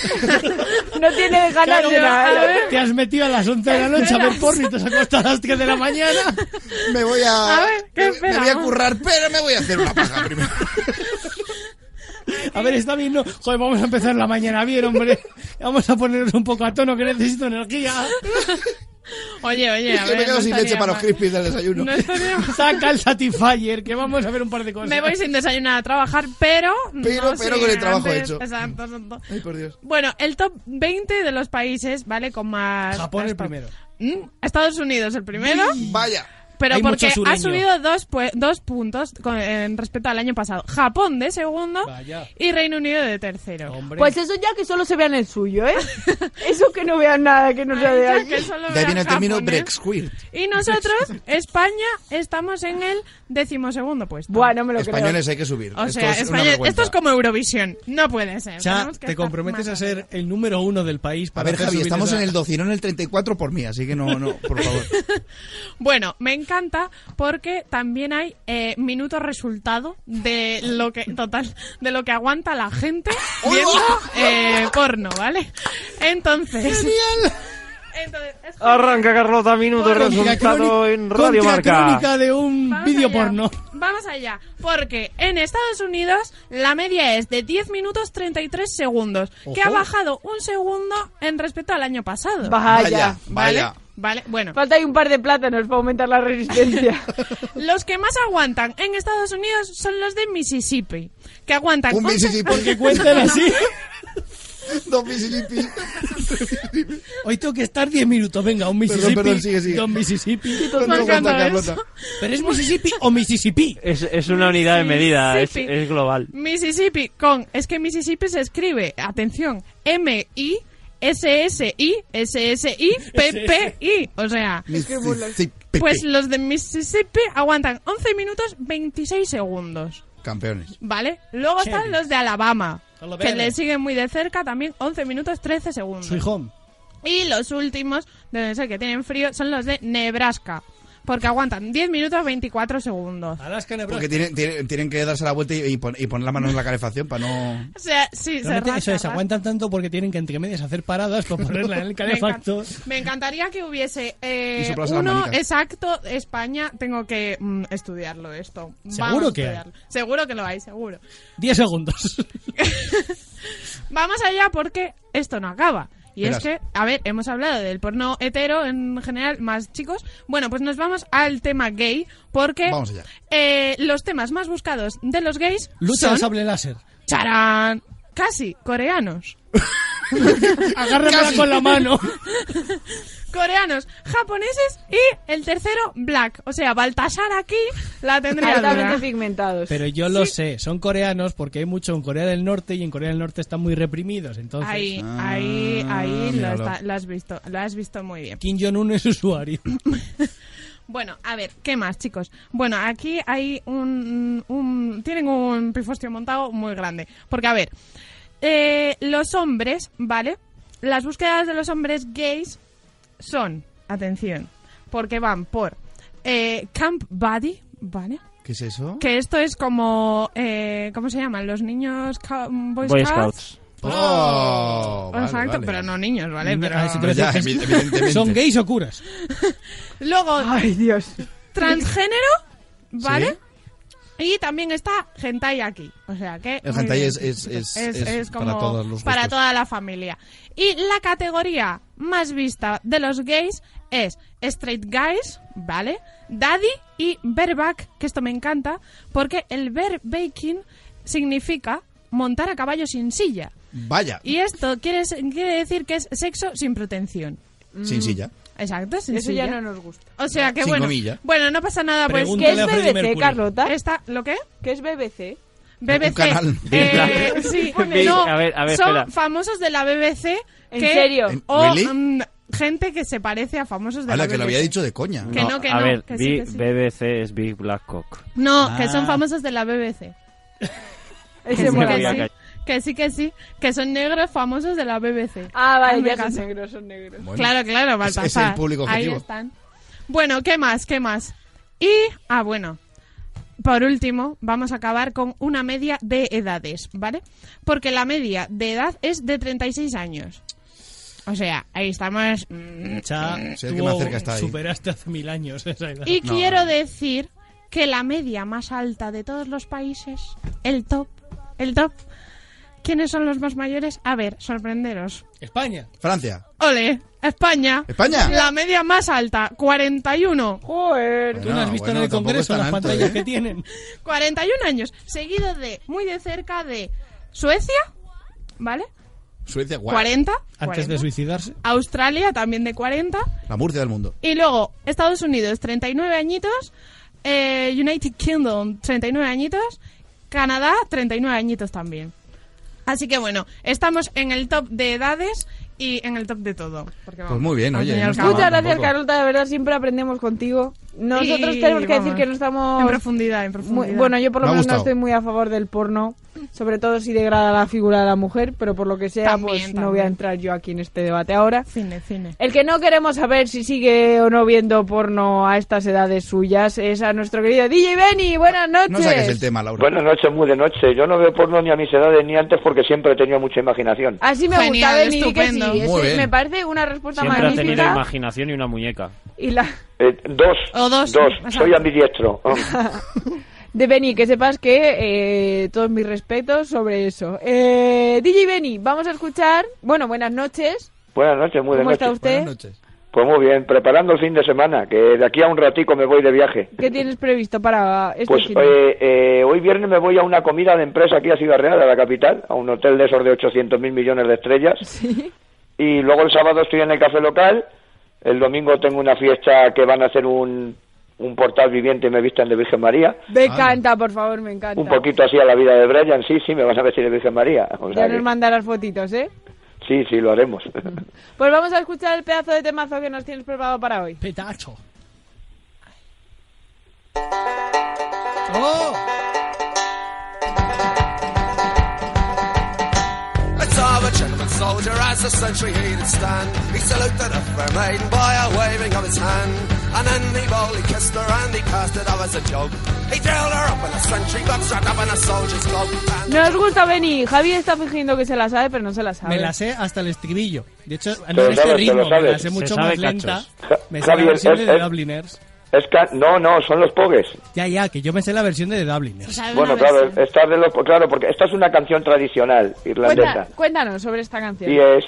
No tiene ganas
Claro,
de nada.
a ver, Te has metido a las 11 de la noche a ver
Esperas.
porno y te has acostado a las 10 de la mañana.
Me voy a.
A ver, ¿qué
me- me voy a
esperamos?
currar, pero me voy a hacer una paja.
A ver, está bien, no. Joder, vamos a empezar la mañana bien, hombre. Vamos a ponernos un poco a tono que necesito energía.
Oye, oye, a
Yo
ver,
me quedo
no
sin
estaría
leche para los
mal.
crispies del desayuno.
No estaría mal.
Saca el Satisfyer, que vamos a ver un par de cosas.
Me voy sin desayunar a trabajar, pero...
Pero-
no
pero
sin
con el trabajo
antes-
hecho.
Exacto, exacto.
Ay, por Dios.
Bueno, el top 20 de los países, ¿vale? Con más...
Japón
más
el
top.
primero.
Mm, Estados Unidos el primero.
Vaya.
Pero
Hay mucho
porque ha
sureño.
subido dos, pue- dos puntos con- en respecto al año pasado. Japón de segundo
Vaya.
y Reino Unido de tercero.
Hombre.
Pues eso ya que solo se vean el suyo, ¿eh? Eso que no vean nada que no sea
Ay,
de
ya
allí.
que solo
De ahí
vean
viene el término
japonés.
Brexquirt.
Y nosotros, España, estamos en el decimosegunda puesto.
Bueno, me lo creo.
Españoles hay que subir.
O
Esto
sea,
es una
España-
vergüenza.
esto es como Eurovisión. No puede ser.
Cha,
Tenemos que
te
estar
comprometes
más
a ser el número uno del país.
A
Para
ver,
hacer
Javi,
subir
estamos
esa-
en el 12 y no en el 34 por mí, así que no, no, por favor.
Bueno, me encanta porque también hay eh, minuto resultado de lo que total de lo que aguanta la gente viendo eh, porno, ¿vale? Entonces. Entonces, es
Ah,
genial.
Arranca Carlota, minuto de
Contra
resultado
croni-
en Radio
contra
Marca.
crónica de un
Vamos
vídeo
allá.
porno.
Vamos allá, porque en Estados Unidos la media es de 10 minutos 33 segundos, que ha
Ojo.
bajado un segundo en respecto al año pasado.
Vaya.
vaya.
Vale, bueno.
Falta ahí un par de plátanos para aumentar la resistencia.
Los que más aguantan en Estados Unidos son los de Mississippi, que aguantan
Un
11
Mississippi.
Porque cuenten así.
Dos Mississippi.
Hoy tengo que estar 10 minutos. Venga, un Mississippi.
perdón, sigue, sigue.
Dos Mississippi.
No te lo
marcando
cuenta,
eso.
Carlota.
¿Pero es Mississippi o Mississippi?
Es, es una unidad de medida, es,
Mississippi.
es global.
Mississippi con es que Mississippi se escribe, atención, M I S S I S S I P P I, o sea,
Mississippi.
pues los de Mississippi aguantan 11 minutos 26 segundos.
Campeones.
¿Vale? Luego están los de Alabama,
Alabama.
que le siguen muy de cerca, también 11 minutos 13
Soy
segundos.
home.
Y los últimos, deben ser que tienen frío, son los de Nebraska, porque aguantan 10 minutos 24 segundos.
Alaska,
Porque
Nebraska.
tienen, tienen, tienen que darse la vuelta y, y pon- y poner la mano en la calefacción para no.
O sea, sí, se
Realmente,
rasca,
eso es,
rasca.
aguantan tanto porque tienen que entre medias hacer paradas para ponerla en el calefactor.
Me encantaría que hubiese eh,
Y soplarse las
uno
manicas.
exacto España. Tengo que mm, estudiarlo esto. Vamos
Seguro
a
que hay.
estudiarlo. Seguro que lo hay, seguro.
10 segundos.
Vamos allá porque esto no acaba. Y
Verás.
es que, a ver, hemos hablado del porno hetero en general, más chicos. Bueno, pues nos vamos al tema gay porque
Vamos allá.
eh, los temas más buscados de los gays
Lucha de
son...
sable láser.
¡Charán! Casi, coreanos.
Agárramela con la mano.
coreanos, japoneses y el tercero, Black. O sea, Baltasar aquí la tendría
Altamente
dura.
pigmentados.
Pero yo lo sé, son coreanos porque hay mucho en Corea del Norte y en Corea del Norte están muy reprimidos. Entonces,
Ahí,
Ah,
ahí, ahí lo,
míralo.
está- lo has visto, lo has visto muy bien.
Kim Jong-un es usuario.
Bueno, a ver, ¿qué más, chicos? Bueno, aquí hay un, un- tienen un pifostio montado muy grande, porque a ver, eh, los hombres, ¿vale? Las búsquedas de los hombres gays son, atención, porque van por eh, Camp Buddy, ¿vale?
¿Qué es eso?
Que esto es como. eh, ¿Cómo se llaman? Los niños. ca- Boy,
Boy
Scouts.
Scouts. Oh, vale,
Exacto,
vale.
pero no niños, ¿vale?
Ah,
Pero...
sí, pero Ya, es- evi- evidentemente. ¿Son gays o curas?
Luego.
Ay,
Dios. Transgénero, ¿vale?
Sí.
Y también está hentai aquí. O sea que.
El
muy
hentai
bien.
es- es- es- es para
como
todos los
para
gustos.
toda la familia. Y la categoría más vista de los gays es straight guys, ¿vale? Daddy y bareback, que esto me encanta, porque el baking significa montar a caballo sin silla.
Vaya,
Y esto quiere, quiere decir que es sexo sin protección.
sin
Mm.
silla.
Exacto, sin
Eso
silla.
ya no nos gusta.
O sea que
Sin
bueno.
comilla.
Bueno, no pasa nada, pues.
Pregúntale ¿Qué es a Freddie BBC, Mercury.
Carlota?
Está, ¿Lo qué?
¿Qué es BBC?
BBC.
Un canal.
Eh, sí,
Venga.
no,
A ver, a ver,
son
espera.
famosos de la BBC.
¿En
que-
serio?
O
¿Really?
mm, gente que se parece a famosos de
Hala,
la BBC.
que lo había dicho de coña.
Que no, que
a
no,
ver,
que sí,
Bi-
que sí.
BBC es Big Black Cock.
No, que son
Ah.
famosos de la BBC.
Ese
que, sí,
mola.
que sí, que
¿eh?
sí, que sí, que son negros famosos de la BBC.
Ah, vale,
Hazme
ya son
caso.
negros, son negros.
Bueno.
claro, claro,
Es- es
Baltasar.
el público
Ahí
objetivo.
están. Bueno, ¿qué más? ¿Qué más? Y, ah, bueno. Por último, vamos a acabar con una media de edades, ¿vale? Porque la media de edad es de 36 años. O sea, ahí estamos. mm,
Cha,
Sí, el que
tú
más cerca está ahí.
superaste hace mil años esa edad.
Y quiero decir que la media más alta de todos los países, el top, el top. ¿Quiénes son los más mayores? A ver, sorprenderos.
España.
Francia.
Ole, España.
España.
La media más alta, 41.
Joder.
Tú no has visto en el Congreso las
¿eh?
pantallas que tienen.
41 años, seguido de muy de cerca de Suecia, ¿vale?
Suecia, guay.
40.
Antes
40.
de suicidarse.
Australia también de 40.
La Murcia del mundo.
Y luego, Estados Unidos, 39 añitos. eh, United Kingdom, 39 añitos. Canadá, 39 añitos también. Así que bueno, estamos en el top de edades y en el top de todo. porque
Pues
vamos,
muy bien,
al
oye,
fin y
no
al
está
cabo.
mal
Muchas gracias,
tampoco.
Carlota. De verdad, siempre aprendemos contigo. Nosotros
Y
tenemos que decir
vamos.
que no estamos.
En profundidad, en profundidad.
Muy- bueno, yo por
Me
lo
ha
menos no
gustado.
estoy muy a favor del porno, sobre todo si degrada la figura de la mujer, pero por lo que sea,
También,
pues no
también.
voy a entrar yo aquí en este debate ahora.
Cine, cine.
El que no queremos saber si sigue o no viendo porno a estas edades suyas es a nuestro querido DJ Benny. Buenas noches.
No saques el tema, Laura.
Buenas noches, muy de noche. Yo no veo porno ni a mis edades ni antes porque siempre he tenido mucha imaginación.
Así me gusta,
Genial,
Benny, di que sí.
estupendo.
Ese-
Muy bien.
Me parece una respuesta
Siempre ha tenido
magnífica.
imaginación y una muñeca.
Y la
Eh, dos,
O dos,
dos.
o sea-
Soy ambidiestro. Oh.
de Benny, que sepas que eh, todos mis respetos sobre eso. Eh, DJ Benny, vamos a escuchar. Bueno, buenas noches.
Buenas noches, muy de
¿Cómo
noche.
está usted?
Pues muy bien, preparando el fin de semana, que de aquí a un ratico me voy de viaje.
¿Qué tienes previsto para este
Pues
fin de-
eh, eh, hoy viernes me voy a una comida de empresa aquí a Ciudad Real, a la capital, a un hotel de esos de 800 mil millones de estrellas. Y luego el sábado estoy en el café local. El domingo tengo una fiesta que van a hacer un, un portal viviente y me visten de Virgen María.
Me encanta, por favor, me encanta.
Un poquito así a la vida de Brian, sí, sí, me van a vestir de Virgen María. O sea
Ya
que-
nos mandarás fotitos, ¿eh?
sí, sí, lo haremos.
Pues vamos a escuchar el pedazo de temazo que nos tienes preparado para hoy.
Petacho. ¡Oh!
I saw a gentleman soldier as the sentry he did stand. He saluted a fair maiden by a waving of his hand. And then he boldly kissed her and he passed it off as a joke. He drilled her up in a sentry box, wrapped up in a soldier's cloak. And
Nos gusta Benny. Javi está fingiendo que se la sabe, pero no se la sabe.
Me la sé hasta el estribillo. De hecho,
Te
no
lo
en este
sabes, te lo
ritmo, me la
sabes.
sé
Se
mucho
sabe
más lenta.
cachos.
Me
Ja-
sé la
Javier,
versión
es-
de
es-
The Dubliners.
Es que, no, no, son los pogues.
Ya, ya, que yo me sé la versión de The Dubliners.
Bueno, claro, esta es de los, claro, porque esta es una canción tradicional
Cuenta-
irlandesa.
cuéntanos sobre esta canción.
Y es,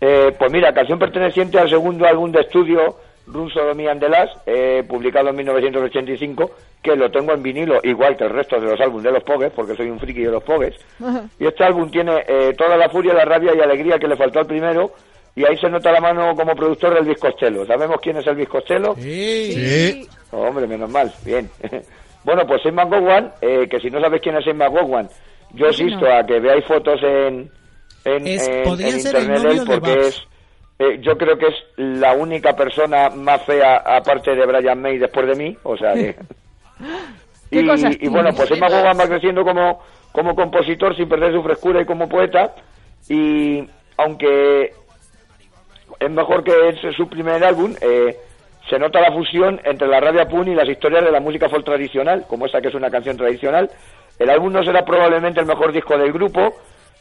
eh, pues mira, canción perteneciente al segundo álbum de estudio Russo de Andelas, eh, publicado en 1985, que lo tengo en vinilo, igual que el resto de los álbumes de los Pogues, porque soy un friki de los Pogues. Y este álbum tiene eh, toda la furia, la rabia y alegría que le faltó al primero. Y ahí se nota la mano como productor del bizcochelo. ¿Sabemos quién es el bizcochelo?
Sí.
Hombre, menos mal. Bien. bueno, pues Emma Gowan, eh, que si no sabéis quién es Emma Gowan, yo
Sí,
insisto
no.
a que veáis fotos en, en,
Es-
en-
podría
en
ser el
internet
novio
de él
de
porque
Babs.
es... eh, yo creo que es la única persona más fea, aparte de Brian May, después de mí. O sea que...
¿Qué
y,
cosas
y bueno, pues Emma
tienes?
Gowan va creciendo como, como compositor sin perder su frescura y como poeta. Y aunque es mejor que es su primer álbum, eh, se nota la fusión entre la rabia punk y las historias de la música folk tradicional, como esa que es una canción tradicional. El álbum no será probablemente el mejor disco del grupo,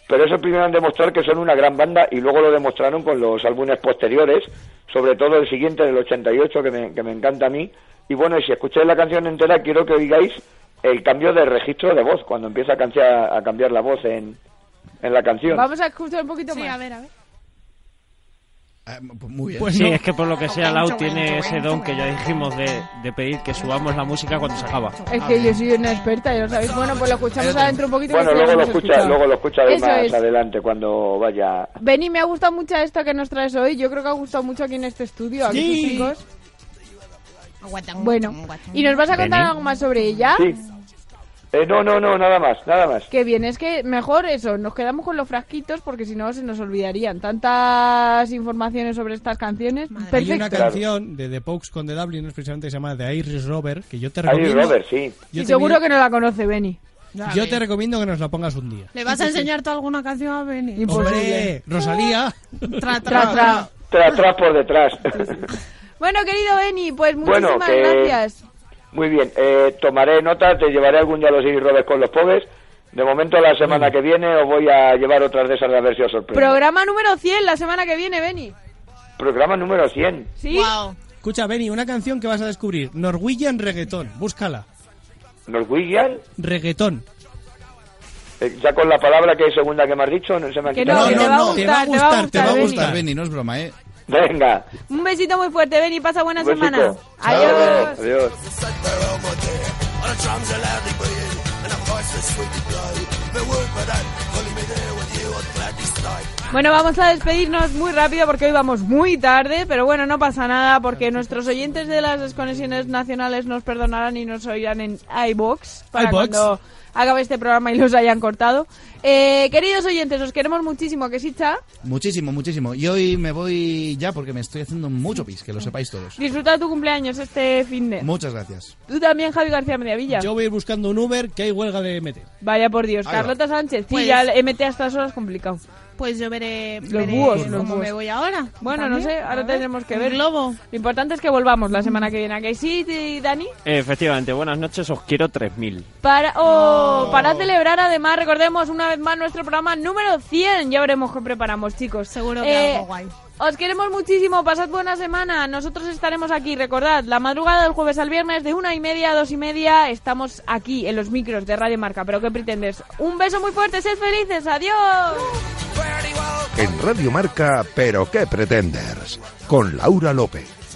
pero eso primero han demostrado que son una gran banda y luego lo demostraron con los álbumes posteriores, sobre todo el siguiente del 88 que me, que me encanta a mí. Y bueno, y si escucháis la canción entera, quiero que oigáis el cambio de registro de voz, cuando empieza a cambiar, a cambiar la voz en, en la canción.
Vamos a escuchar un
eh.
poquito más.
a ver, a ver.
Ah, pues Muy
Pues
bien.
sí, es que por lo que sea, Lau tiene ese don que ya dijimos de, de pedir que subamos la música cuando se acaba.
Es que yo soy una experta, ya lo sabéis. Bueno, pues lo escuchamos adentro un poquito.
Bueno,
que
luego lo
hemos
escucha,
escuchado.
luego lo escucha
Eso
más
es.
adelante cuando vaya.
Beni, me ha gustado mucho esta que nos traes hoy. Yo creo que ha gustado mucho aquí en este estudio, aquí
Sí.
chicos. Bueno, ¿y nos vas a contar
Beni.
algo más sobre ella?
Sí. Eh, no, no, no, nada más, nada más.
Que bien, es que mejor eso, nos quedamos con los frasquitos porque si no se nos olvidarían tantas informaciones sobre estas canciones.
Hay
Perfecto.
una canción de The Pokes con The Dubliners precisamente que se llama The Irish Rover, que yo te
Ahí,
recomiendo.
Robert, sí.
Yo te
Y seguro
miro-
que no la conoce Beni.
Yo te recomiendo que nos la pongas un día.
¿Le vas a enseñar tú alguna canción a Beni?
Pues
Hombre,
¿eh?
Rosalía.
Tra,
Tra, tra.
Tras, tras por detrás.
Bueno, querido Beni, pues muchísimas
Bueno, que-
gracias.
Muy bien, eh, tomaré nota, te llevaré algún día a los Iris Robes con los pobres. De momento, la semana que viene os voy a llevar otras de esas de a ver si os sorprende.
Programa número 100 la semana que viene, Beni.
Programa número 100.
¿Sí?
Escucha, Benny, una canción que vas a descubrir. Norwegian Reggaeton. Búscala.
Norwegian,
Reggaeton.
eh, ya con la palabra que es segunda que me has dicho, no se me ha
Que
quitado.
no, que te va a
no, te va a
gustar, te va a
gustar, te va a
gustar, Beni.
gustar.
Benny, no es broma, ¿eh?
Venga,
Un besito muy fuerte, Beni, pasa buena
besito.
semana.
Chao,
Adiós.
Adiós.
And the drums are loudly beating, and the voices sweetly blow. The world without, pulling me there with you, I'd gladly stay.
Bueno, vamos a despedirnos muy rápido porque hoy vamos muy tarde, pero bueno, no pasa nada porque nuestros oyentes de las desconexiones nacionales nos perdonarán y nos oirán en iBox para
iVox.
cuando acabe este programa y los hayan cortado. Eh, queridos oyentes, os queremos muchísimo, que sí, cha.
Muchísimo, muchísimo. Y hoy me voy ya porque me estoy haciendo mucho pis, que lo sepáis todos.
Disfruta tu cumpleaños este fin de.
Muchas gracias.
Tú también, Javi García Mediavilla.
Yo voy a ir buscando un Uber que hay huelga de MT.
Vaya por Dios,
Ahí va.
Carlota Sánchez. Sí,
Pues-
ya el MT a estas horas complicado.
Pues yo veré,
Los
veré
búhos, los
cómo
búhos.
me voy ahora.
Bueno, no
También,
sé,
a
ahora
ver.
tendremos que
Un
ver.
globo.
Lo importante es que volvamos la semana que viene. ¿A que sí, ti- Dani?
Efectivamente, buenas noches, os quiero 3000.
Para, oh, para celebrar, además, recordemos una vez más nuestro programa número 100. Ya veremos qué preparamos, chicos. Eh,
Seguro que algo guay.
Os queremos muchísimo, pasad buena semana. Nosotros estaremos aquí, recordad, la madrugada del jueves al viernes de una y media a dos y media estamos aquí en los micros de Radio Marca. Pero ¿qué pretendes? Un beso muy fuerte, sed felices, adiós.
En Radio Marca, Pero qué pretenders, con Laura López.